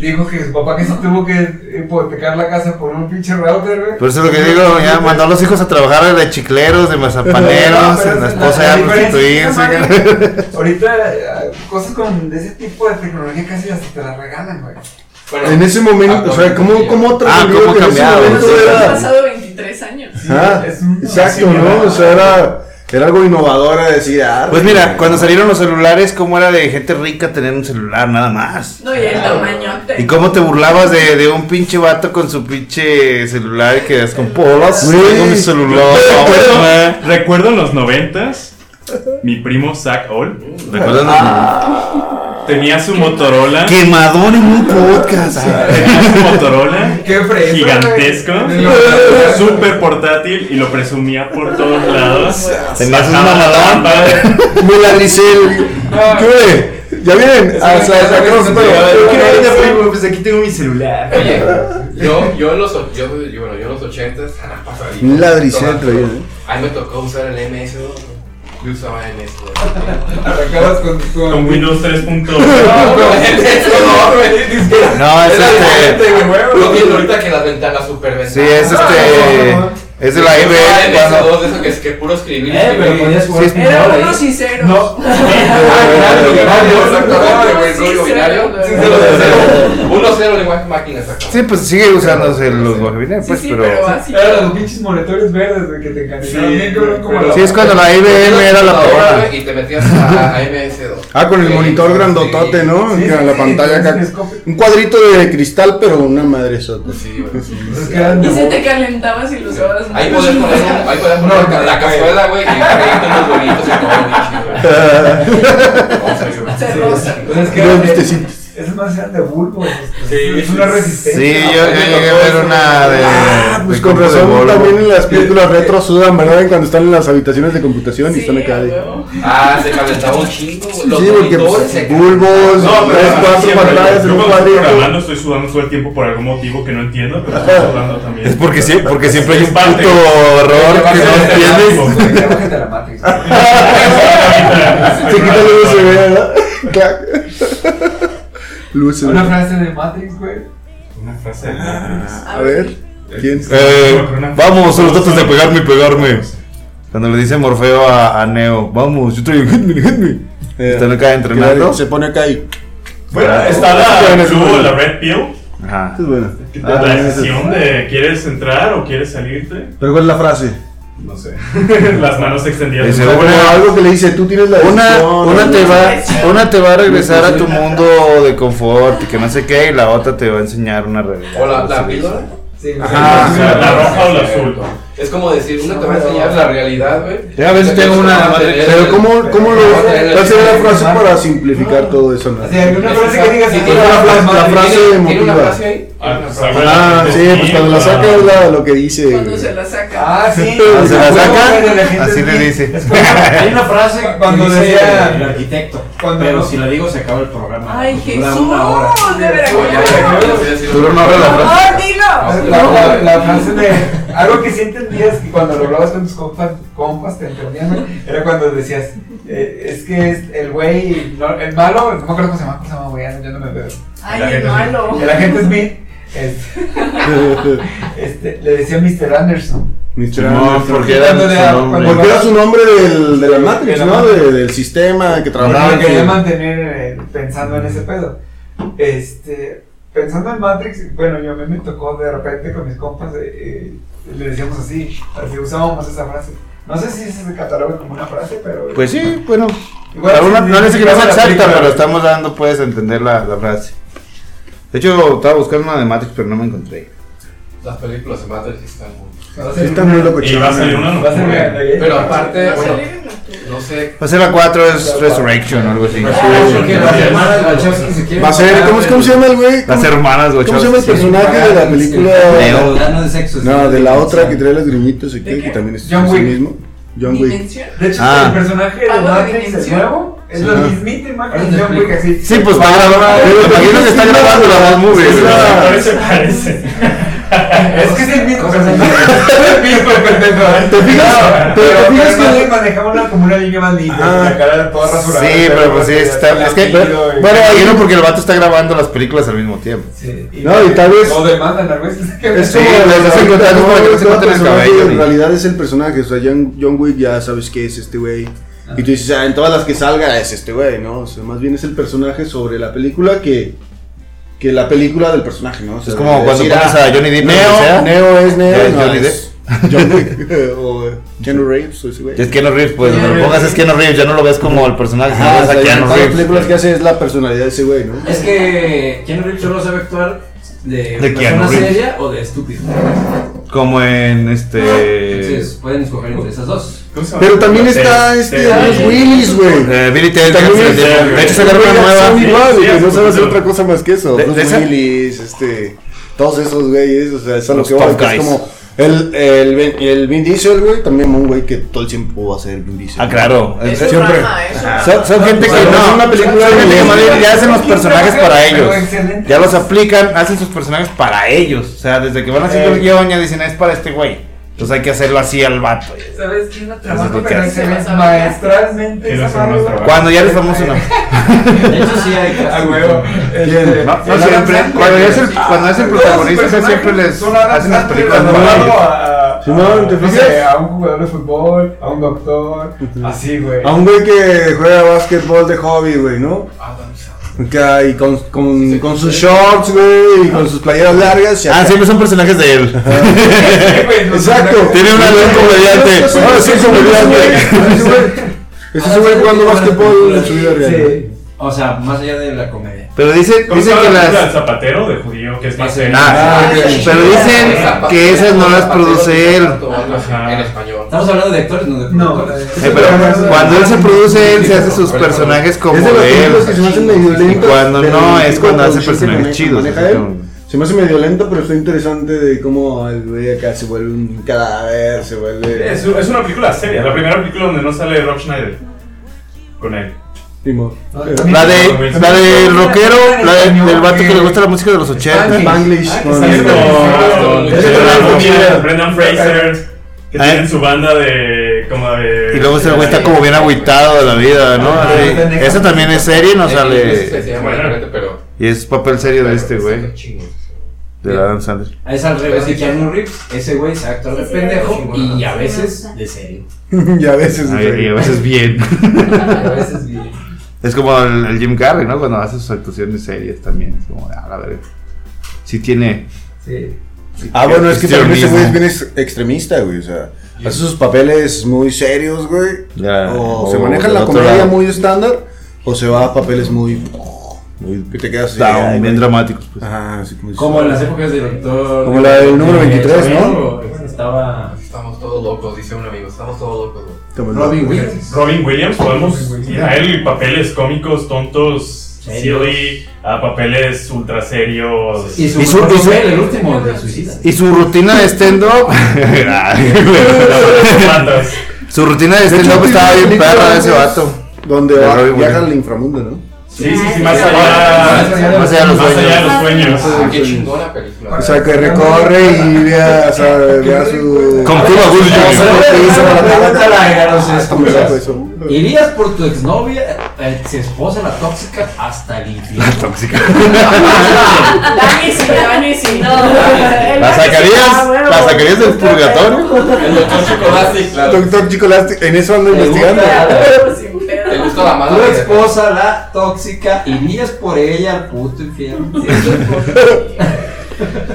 dijo que su papá que se tuvo que hipotecar la casa por un pinche router, güey.
Por eso es lo que digo, ya mandó a los hijos a trabajar de chicleros, de
No,
mazapaneros,
pero
la
es
esposa ya a
diferencia es que
prostituirse.
madre, Ahorita, eh, cosas con de ese tipo de tecnología casi hasta te las regalan, güey.
Bueno, ah,
En ese momento, o sea, ¿cómo, cómo trascendió
cómo
que en ese
cambiaron,
momento
sí.
Han
era-
pasado 23 años.
Ah,
Es un-
Exacto, ¿no? O sea, era, era algo innovador a decir, ah,
Pues mira, cuando salieron los celulares, ¿cómo era de gente rica tener un celular nada más?
No, y el tamañote.
¿Y cómo te burlabas de, de un pinche vato con su pinche celular y quedas con polas?
Sí.
Tengo mi celular. güey.
Recuerdo en los noventas, mi primo Zach All
¿Recuerdas?
tenía su Motorola.
Quemador en un podcast. ah.
Tenía su Motorola.
Qué fresco.
Gigantesco.
güey.
Súper portátil y lo presumía por todos lados.
Tenías un
Bajaba
mamadón.
la lámpara.
me la lisé. ¿Qué ole? ¿Ya vienen? Ah, o sea, sacamos un
Yo quiero ir de
pedo.
Facebook, pues aquí tengo mi celular.
Oye, yo, yo en los, o- yo, yo- bueno, yo en los 80 ah, pasadito.
Un ladricel traía,
Todas-
¿eh?
Ahí me tocó usar el MS2. Yo usaba MS2.
Arrancabas con,
Con Windows 3.1.
No,
No, es este.
Lo que ahorita que las ventanas Ah, super
Sí, es este. Es de la IBM. cuando-
MS2 de eso que es que puro escribir.
Eh, pero
pues-
escribir.
podías jugar
Sí.
pinball
Era
ahí.
unos y ceros.
No.
Ah, claro, binario,
Ah,
exactamente,
no,
güey,
sí,
rollo
sí,
binario.
sí, sí.
1-0 lenguaje máquina, exactamente.
Sí, pues sigue usándose los guajabines,
Sí,
pues,
sí, pero
pero.
así.
Eran los pinches monitores verdes, güey, que te encadenaban
Sí,
bien, cabrón, como
pero-
la-
Sí, es cuando la IBM
Metías
era la
computadora,
peor.
güey, Y te metías a, a MS2.
Ah, con el monitor grandotote, ¿no?
Sí, sí,
Con la
sí,
pantalla
sí,
acá.
sí, sí.
Un cuadrito de cristal, pero una madre sota.
Sí, güey. sí.
Entonces, que eran de-
Y se te calentabas y lo usabas
Ahí
mucho.
podías poner, un- ahí podías poner la, la cazuela, güey, y pedirte unos huevitos y todo
Se
bicho, güey.
rosa.
Entonces, que
Los
eran de-
vistecitos.
Esas más eran de bulbo, güey.
Sí,
es una resistencia.
Sí, yo, yo llegué a ver una de.
Ah, pues
de
con
compra de
razón
Volvo.
también en las películas retro sudan, ¿verdad? En Cuando están en las habitaciones de computación y
Sí,
están acá de...
a huevo.
Ah, se calentaba un chingo, güey. Los
Sí, porque
monitores eh. se
pues, bulbos,
No, pero
tres,
así
cuatro
siempre.
pantallas en
Yo
un
cuando estoy programando
cuadrito.
estoy sudando todo el tiempo por algún motivo que no entiendo, pero estoy sudando también.
Es porque, sí, porque siempre hay un
Es parte.
puto error que no entiendes.
Ya bájate la Matrix.
Se quita el USB, ¿verdad? Clac. El USB.
Una frase de Matrix, güey.
Una frase de
Ah.
Matrix.
A ver, ¿quién?
Eh, vamos a los datos de pegarme y pegarme. Cuando le dice Morfeo a, a Neo, vamos, yo traigo Hitman, Hitman. Están acá entrenando.
Se pone acá y.
Bueno, está la, tuvo la Red Pill,
Ah,
Ajá.
Es bueno.
la decisión de ¿quieres entrar o quieres salirte?
Pero ¿cuál es la frase?
No sé. Las manos extendidas.
Ese
Como algo que le dice, tú tienes la
Una,
decisión,
una,
¿no?
te va, una te va a regresar a tu mundo de confort y que no sé qué, y la otra te va a enseñar una realidad.
O la, la píldora.
Sí,
Ajá.
Ah, O sea, la roja o la azul.
Es como decir, una te va a enseñar la realidad, güey.
Ya a veces tengo una madre-
Pero ¿cómo, cómo lo.?
Pero-
¿Cuál sería la frase para simplificar todo eso? no?
O sea, una frase que digas,
Sí,
"Ah,
tiene
la
la
frase- la
madre".
frase
¿Tiene- ¿Tiene
emotiva.
una frase ahí?
Ah, pues,
Ah, sí, pues cuando la saca es la, lo que dice.
Cuando se la saca.
Ah, sí.
Cuando se la
Bueno,
saca,
bueno, la gente
así
es
le
bien-
dice.
es como-
Hay una frase que
Cuando
dice
decía-
el arquitecto.
Cuando-
pero si la digo se acaba el programa.
Ay,
Dura una hora.
Jesús, de
Oye, oye,
verdad.
oye, oye,
Duró una hora
Por
la frase.
favor, dilo.
La, la- la frase de algo que sí entendías que cuando lo hablabas con tus compas, compas te entendían, ¿no? era cuando decías, eh, es que es el güey, no- el malo, no me acuerdo cómo se llama, cómo se llama, güey, ya no- ya no me veo.
La
Ay,
gente-
es malo.
El agente Smith, este, este, le decía Mr. Anderson.
Mr.
No,
Anderson.
porque era
Cuando le da-
su nombre.
cuando-
Porque era su nombre del, de la Matrix,
De la
¿no?
Matrix.
De- del sistema que trabajaba.
Porque me
que-
quería mantener eh, pensando en ese pedo. Este, pensando en Matrix, bueno, yo a mí me tocó de repente con mis compas, eh, eh, le decíamos así, así usábamos esa frase. No sé si se cataloga como una frase, pero...
Pues sí, bueno.
Igual,
alguna-
sí,
no
sí,
es que no
sí,
sea
sí,
exacta,
sí,
pero estamos dando, puedes entender la, la frase. De hecho, estaba buscando una de Matrix, pero no me encontré.
Las películas de Matrix están muy.
Va a
Sí,
ser-
está muy loco,
Y va a salir una
va a ser
locura.
real, ¿eh?
Pero aparte,
Va a
bueno,
salir en octubre.
no sé.
O sea, la 4 Pues es Resurrection o algo así.
Resurrection.
Porque las hermanas Wachowski se quieren
Va a ser,
matar,
¿cómo, es- cómo se llama el güey?
Las hermanas,
¿Cómo se llama el
Wachowski.
personaje de la
Neo.
película?
No de sexo.
No, de la otra que trae los gruñitos y
¿De
que,
qué?
que también es
John
es el
Wick.
mismo. John Wick.
Dimensión.
De hecho,
Ah.
el personaje de
Algo de
Matrix, el
dimensión.
nuevo, es la mismita imagen de John Wick, así.
Sí, pues va a grabar. Me imagino que está grabando la Bad Movie.
Es
güey.
la-
Parece, parece.
Es que es el mismo personaje. Es el mismo, pendejo. ¿eh?
¿Te fijas?
Pero
¿Te fijas
pero
que-
Matrix manejaba una, como una línea más limpia,
Ah.
la cara toda rasurada.
Sí, pero pues sí, está, es que,
Tranquilo, y-
bueno, ahí no porque el vato está grabando las películas al mismo tiempo.
Sí,
No, y tal vez-
Lo demandan a veces.
Es
Sí,
como la-
les
la-
hacen
la-
contratos
no,
para que no se
cada
corten el
personaje
cabello, ni-
En realidad es el personaje, o sea, John, John Wick ya sabes que es este güey. Y tú dices, ah, en todas las que salga es este güey, ¿no? O sea, más bien es el personaje sobre la película que, que la película del personaje, ¿no? O sea,
Es como
de
cuando
decir,
pones
ah,
a Johnny Depp, o sea,
Neo, Neo es Neo,
Ya es
no,
Johnny
es John Wick. o eh, Keanu Reeves, o ese güey.
es Keanu Reeves, pues cuando lo pongas es Keanu Reeves, ya no lo ves como el personaje, sino
Ah, o
ves
sea,
a Keanu
todas las películas que
Reeves.
hace es la personalidad de ese güey, ¿no?
Es que Keanu Reeves solo sabe actuar de,
De Keanu
persona
Reeves. Eh.
seria o de estúpido.
Como en este...
Entonces pueden escoger entre esas dos.
¿Cómo se llama?
Pero también
Te-
está
te-
este
te-
Bruce Willis, güey.
eh, Billy Ted,
También es-
de hecho
Pero
sacaron una
son
nueva.
igual, güey,
Sí,
no
sí,
saben hacer
sí.
otra cosa más que eso.
De- de
Bruce
esa-
Willis, este, todos esos güeyes, o sea, eso es lo
Los
que voy,
top
que es
guys.
como el, el, Vin- el Vin Diesel, güey, también un güey que todo el tiempo va a ser Vin Diesel.
Ah, claro.
Es
Eh,
un drama, es un
Son,
drama.
son gente que
Bueno,
no,
es una película
son gente que
de-
más bien ya hacen los personajes para
Pero
ellos.
excelente.
Ya los aplican, hacen sus personajes para ellos. O sea, desde que van haciendo el
Eh.
guión ya dicen, es para este güey. Entonces hay que hacerlo así al vato.
¿Sabes quién la
Eso
trabajó?
es lo que
Pero
hace.
excelente, maestralmente.
Quiero
esa
hacer más
madre.
trabajo.
Cuando ya eres famoso, no.
De hecho sí hay
A
casos.
huevo. Este,
No, no siempre.
el Adam Sandler.
Cuando es el, cuando es el
Todos sus
protagonista, casi
personajes
siempre les
son Adam
hacen las
Sandler,
películas
cuando
para
hago
ellos.
a- a-
Simón, ¿te
no sé,
fijas?
A un jugador de fútbol, a un doctor, así, güey.
A un güey que juega básquetbol de hobby, güey, ¿no?
Adam Sandler.
Acá, y con, con, con sus shorts, güey, y con sus playeras largas. y
Ah,
acá.
siempre son personajes de él.
Sí, güey, los
Exacto.
personajes-
Tiene una luz comediante.
Ahora sí, comediante. Ese es un güey jugando básquetbol en su vida real.
Sí.
O sea, más allá de la comedia.
Pero dicen,
¿Cómo se
dicen que
llama la película del
las.
zapatero de judío que es más serio?
Ah,
sí.
pero dicen que esas no las produce él.
O algo así,
Ajá.
En español.
Estamos hablando de actores, no de
No,
productores.
Eh, pero cuando él se produce, él se hace sus personajes como
es de las
de él.
películas que se me hacen medio
Y
lentas.
cuando
del
no, es
tipo
cuando
de
hace
producción que
personajes
maneja-
chidos.
maneja
así
él.
como-
Se me hace medio lento, pero está interesante de cómo el güey acá se vuelve un cadáver, se vuelve.
Es, es una película seria, la primera película donde no sale Rob Schneider. Con él.
Timor.
Ah,
La de, la del rockero, la de- del vato que le gusta la música de los 80.
Spanglish.
Ah, que
con-
sale
Es
con-
con-
Es
con Brendan Fraser, que
Ah,
tienen su banda de. como de.
Y luego ese güey está como bien agüitado de la vida, Ah, ¿no? Así. Esa también es serie, no
Eh, no sé si
sale.
Se llama diferente, pero.
Y es papel serio de este güey. de Adam Sandler.
Es al revés de Keanu Reeves. Ese güey se actor de pendejo y a veces de serio. y a veces
Ay, y a veces bien.
A veces bien.
Es como el, el Jim Carrey, ¿no? Cuando hace sus actuaciones serias también. Es como, ah, la verga. Sí tiene.
Sí.
Ah, bueno, es que también ese
mismo.
güey es bien ex- extremista, güey. O sea, hace sus papeles muy serios, güey.
Ya,
O,
Ah, o
se maneja
del
la
otro
comedia
lado.
muy estándar, o se va a papeles muy.
Muy
que te quedas así,
down,
ay,
bien
güey.
dramáticos. Pues.
Ajá, así como.
Como en las épocas del doctor.
Como la del número 23, ¿no?
¿no? Estaba.
Estamos todos locos, dice un amigo. Estamos todos locos, güey.
Te mandó-
Robin Williams.
Robin Williams, podemos ir a él papeles cómicos, tontos,
Serios.
silly, a papeles ultra serios.
Y su,
Y su-
mejor
y su-
papel, el último, de suicida.
Y su rutina de stand-up.
Matas.
su rutina de
De hecho,
stand-up estaba
tiene
bien perra de ese
películas
vato.
Donde
De
va,
Robin
viaja
Williams.
al inframundo, ¿no?
Sí, sí, sí, más
Más
allá.
allá de
Más allá de los
Más allá de
sueños.
los sueños.
Ah, qué chingona película.
O sea, que recorre y vea, o sea, vea su. Ah,
Con Cuba Gooding Jr.
pues.
Irías por tu exnovia, ex esposa, la tóxica, hasta el infierno.
Tóxica.
Dani sí, Dani sí. El
¿La
Dani sí,
sacarías?
ah, huevo.
¿La sacarías del purgatorio?
El doctor Chocolate, claro.
Doctor Chicolastic, en eso ando
¿Te
investigando.
gusta?
Claro, sin pedo.
¿Te gusta la
Tu
mala vida?
esposa, la tóxica, irías por ella al puto infierno.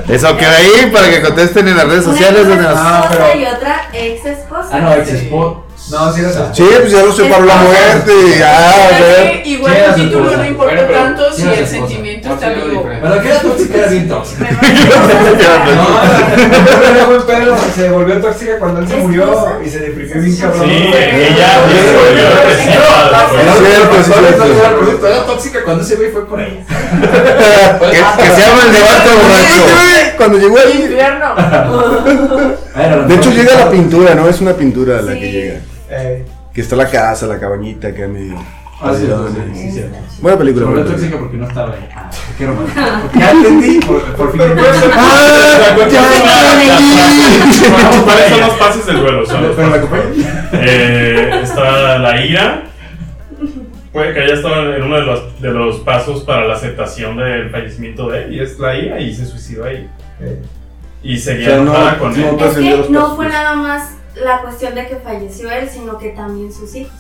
Eso queda ahí para que contesten en las redes sociales. Donde nos-
Ah,
esposa
pero-
y otra ex esposa.
Ah, no, ex esposa.
No, sí, era
Sí, pues ya lo separó la muerte. Ya,
Ah,
a ver.
Es que Igual
Llegas
el
a
título
esposa.
no importa
Bueno, pero
tanto si
llegas
el
a esposa.
sentimiento
No,
está
sí, lo
vivo.
diferente.
Pero que era tóxica, era bien tóxica.
No, pero se volvió tóxica cuando él se murió y se deprimió bien cabrón.
Sí, ella se volvió depresiva.
Es
güey.
cierto, es cierto.
Era tóxica cuando ese güey fue por ella.
Que, que se llama el debate borracho.
Cuando llegó ahí.
Infierno.
De hecho, llega la pintura, ¿no? Es una pintura la que
Sí.
llega.
Eh,
Que está la casa, la cabañita que medio.
Ah, sí, sí, sí, sí.
Buena
Se
película.
volvió
buena película.
tóxica porque no estaba ahí. Ah, qué romántico. Ya entendí. Por, por fin.
Ah, ya entendí.
Bueno, ¿Cuáles son los pases del duelo? Son los
Pero la acompañé.
Eh, está la ira. Puede que haya estado en uno de los, de los pasos para la aceptación del fallecimiento de él, y es la ira, y se suicidó ahí. Y seguía
O sea, no-
enojada con él.
no-
Es
Entonces,
que
Dios,
no
pues,
fue
pues.
nada más la cuestión de que falleció él, sino que también sus hijos.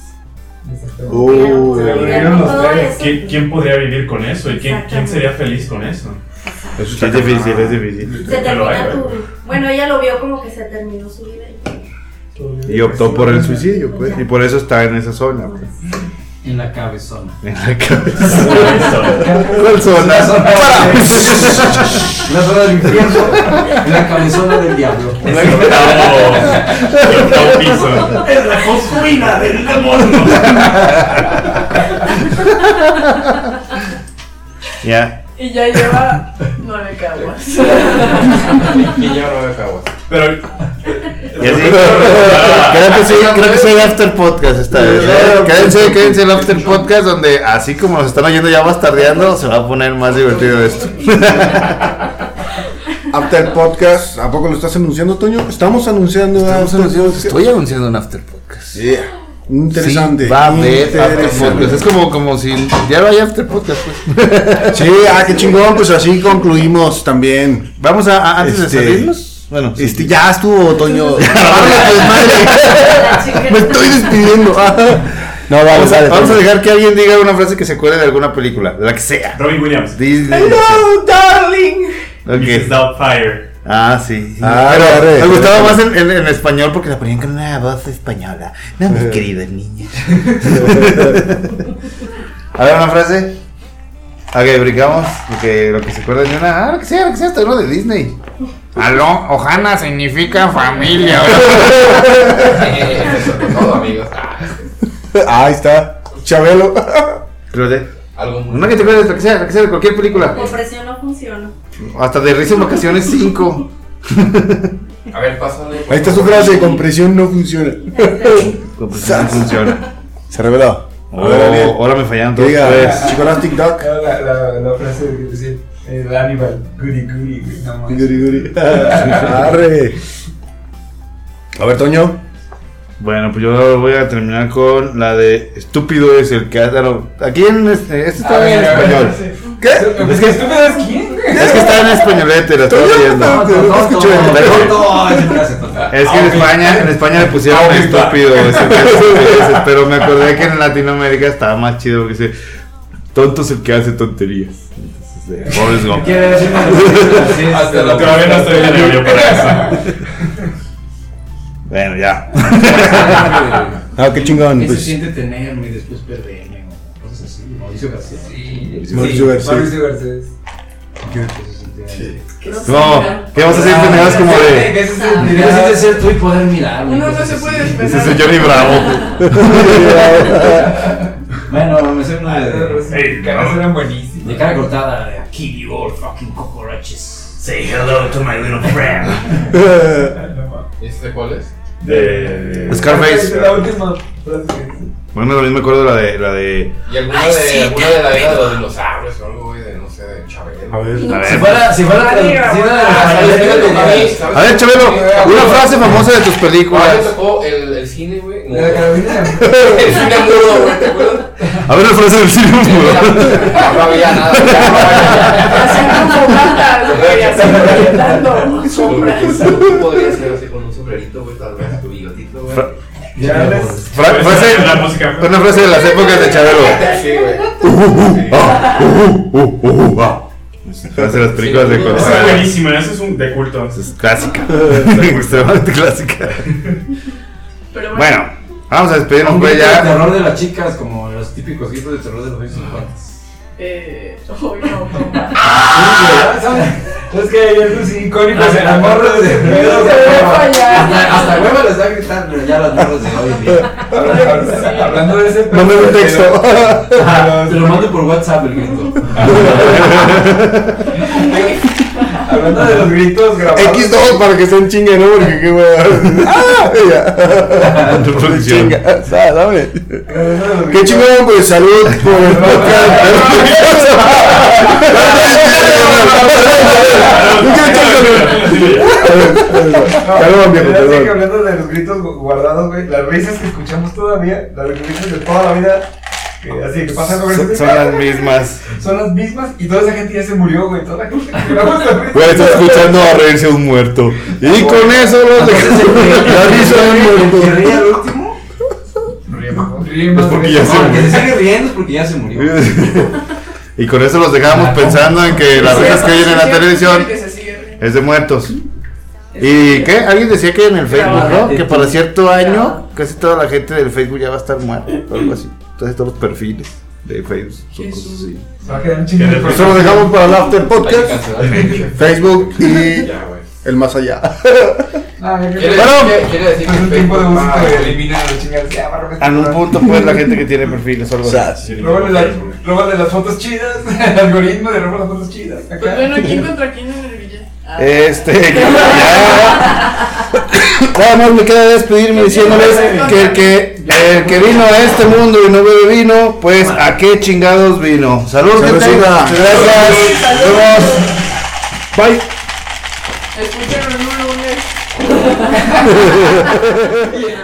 Oh.
Digamos,
Se
digamos,
los
todo
tres.
eso.
¿Quién, quién podría vivir con eso? ¿Y quién, quién sería feliz con eso?
Sí, es difícil, es
Se
difícil.
Pero hay,
termina
güey.
tu. Bueno, ella lo vio como que se terminó su vida.
Y optó por el suicidio, pues. Y por eso está en esa zona, pues.
En la cabezona.
En la cabeza.
Eso.
¿Cuál zona?
Una zona
Para.
de- una zona del infierno. En la cabezona del diablo.
Es el octavo, el octavo piso.
Es la cosquina del demonio.
Ya.
Y ya lleva nueve caguas.
Y ya no me acabo.
Pero
Y así. Creo que sí, creo que soy el after podcast esta vez. ¿eh? Quédense, quédense el after podcast donde así como nos están oyendo ya bastardeando, se va a poner más divertido esto.
After Podcast, ¿a poco lo estás anunciando, Toño? Estamos anunciando. After Podcast.
Estoy anunciando un after podcast.
Yeah. Interesante.
Sí, va a haber after podcast.
Interesante.
Es como, como si ya no hay after podcast, pues.
Sí, ah, qué chingón, pues así concluimos también.
Vamos a, a- antes
Este-
de salirnos. Bueno, sí.
Este, ya estuvo, Toño.
La chica-
Me estoy despidiendo. No, vale,
Vamos, a,
vale,
vamos a
vale.
dejar que alguien diga una frase que se acuerde de alguna película, la que sea.
Robin Williams,
Disney.
Oh, darling.
Ok.
Mrs. Doubtfire.
Ah, sí.
Ah,
Pero
arre,
me
arre,
gustaba
arre.
más en, en- en español porque la ponían con una voz española. No, mis
Eh.
queridos niños. A ver, una frase. Ok, brincamos. Porque lo que se acuerda de una. Ah, lo que sea, lo que sea, hasta uno de Disney. Aló, Ojana significa familia.
Eso es todo, amigos. Ah,
Ahí está. Chabelo.
Algo muy.
Una que te acuerdes, lo que sea, lo que sea, de cualquier película.
Por presión no funciona.
Hasta de risa en vacaciones 5.
A ver, pásale.
Ahí está su frase, compresión no funciona.
no funciona.
Se reveló. A ver, Daniel.
Oh, ahora me fallaron
Que
todos.
diga, Chicolastic Duck.
Era La, la, la frase de que decía, eh, el animal, goody goody, güey, no mames.
Guri, guri. Arre. A ver, Toño.
Bueno, pues yo voy a terminar con la de estúpido es el que hace. Aquí en este, este está
A
en
ver, a ver,
español.
sí.
¿Qué?
Pero,
Es
pues,
que
¿Tú me das quién? güey?
Es que estaba en españolete, lo estaba viendo. Es
Ah,
que en España, en España le pusieron estúpido ese- ese- ese, pero me acordé que en Latinoamérica estaba más chido porque dice, tonto es el que hace tonterías. Entonces, eh, Forrest Gump.
Quiere decir
Hasta la
Todavía no estoy de nervio para eso.
Bueno, ya.
Ah, qué chingón,
¿Qué se
pues.
siente tenerme y después perderme? o Cosas así. Mauricio García. Sí.
Mauricio Garcés.
Mauricio Garcés.
No, ¿qué vas a hacer? Pendejadas como de.
¿Qué se
Ah, Deberías
sentirá?
de ser tú y poder mirar. güey,
Uno no
cosas
se
así.
puede
Ese
esperar.
es Johnny Bravo.
Bueno, me sé una de.
Hey,
Caras
no.
eran
De
buenísimas.
cara cortada, de kill you all fucking cockroaches.
Say hello to my little friend.
¿Y este cuál es?
De.
Scarface.
La última frase que dice.
Bueno, también me acuerdo la de. La de...
¿Y alguna de, alguna de la era de los dinosaurios o algo, güey? De, no sé, de Chabelo.
A ver.
A
Si
ver,
fuera, si fuera traducida de la
a ver Chabelo, una frase famosa de tus
¿Cuál te
películas.
Ah, tocó el, el cine, güey? No.
La
El
Carolina.
cine mudo, güey, ¿te acuerdas?
A ver, la frase del cine mudo.
No había nada. ya
Haciendo fogatas, güey, haciendo calentando
no había
sombras.
nada. Tú podrías ser así con un sombrerito, güey, tal vez tu bigotito, güey.
Fra-
Ya les.
Fra- frase,
La música.
una frase de las épocas de Chabelo.
Sí, güey.
Ah, ujú, ujú, ujú, ah. Frase de las películas de
Esa es
Cosas.
buenísima, esa es un de culto.
Es clásica. Extremadamente clásica.
Pero
Bueno, vamos a despedirnos
Un
pues
grito de
ya.
terror de las chicas, como los típicos gritos de terror de los años 50.
Eh, hoy no, toma.
Ah,
Es que ellos son
Ah,
icónicos en la morra de
Se ve
pedo.
Hasta
fallar.
hasta hueva les da a gritar, pero ya las morras de hoy en día.
Hablando de ese
Mándame un texto.
Ajá, Te lo mando por WhatsApp el grito.
Hablando de los gritos grabados.
X2 para que estén chingue, ¿no? Porque qué hueva. ¡Ah! Ya. Reproducción.
Chinga, sa- Ah, dame.
Hablando de los
Qué
gritos.
chingón, pues salud por el podcast. Perdón, viejo,
Pero sé que
perdón.
hablando de los gritos gu- guardados, güey, las risas que escuchamos todavía, las risas de toda la vida, que así que pasan con
Son,
risas,
son las mismas.
son las mismas y toda esa gente ya se murió, güey. Toda la gente que grabamos las risas.
Güey, está escuchando a reírse un muerto.
Ah,
Y con eso los dejamos. La risa de un
¿Se
muerto.
ríe al último?
Es porque ya se
No, el que se
murió.
sigue riendo es porque ya se murió.
Y con eso los dejamos pensando en que las risas que oyen en la televisión
Que se sigue Este, riendo.
es de muertos. ¿Y qué? Alguien decía que en el Facebook, ¿no? Que para cierto año casi toda la gente del Facebook ya va a estar muerta o algo así. Entonces todos los perfiles de Facebook son cosas así.
Se va a quedar un
Que
chingo.
de-
Eso lo dejamos para el After
Hay que
Podcast,
cancelar el
Facebook y
Ya, güey.
El más allá.
Ah, ya que-
Quiere,
Bueno.
quiere- quiere decir que
Es un tiempo de
Facebook
música
va-
que elimina los chingados. Ya, barro,
en un punto pues la gente que tiene perfiles o algo así.
Sas.
Róbale, las- róbale las fotos chidas, el algoritmo de robar las fotos chidas.
Pues
Acá.
bueno, ¿quién contra quién en el billete? Ah.
Este, ya. Nada más me queda despedirme diciéndoles que el que, el que vino a este mundo y no bebe vino, pues a qué chingados vino. Saludos,
Salud,
gente.
siga.
Muchas Gracias. Nos vemos. Bye.
Escúchenlo en un lunes.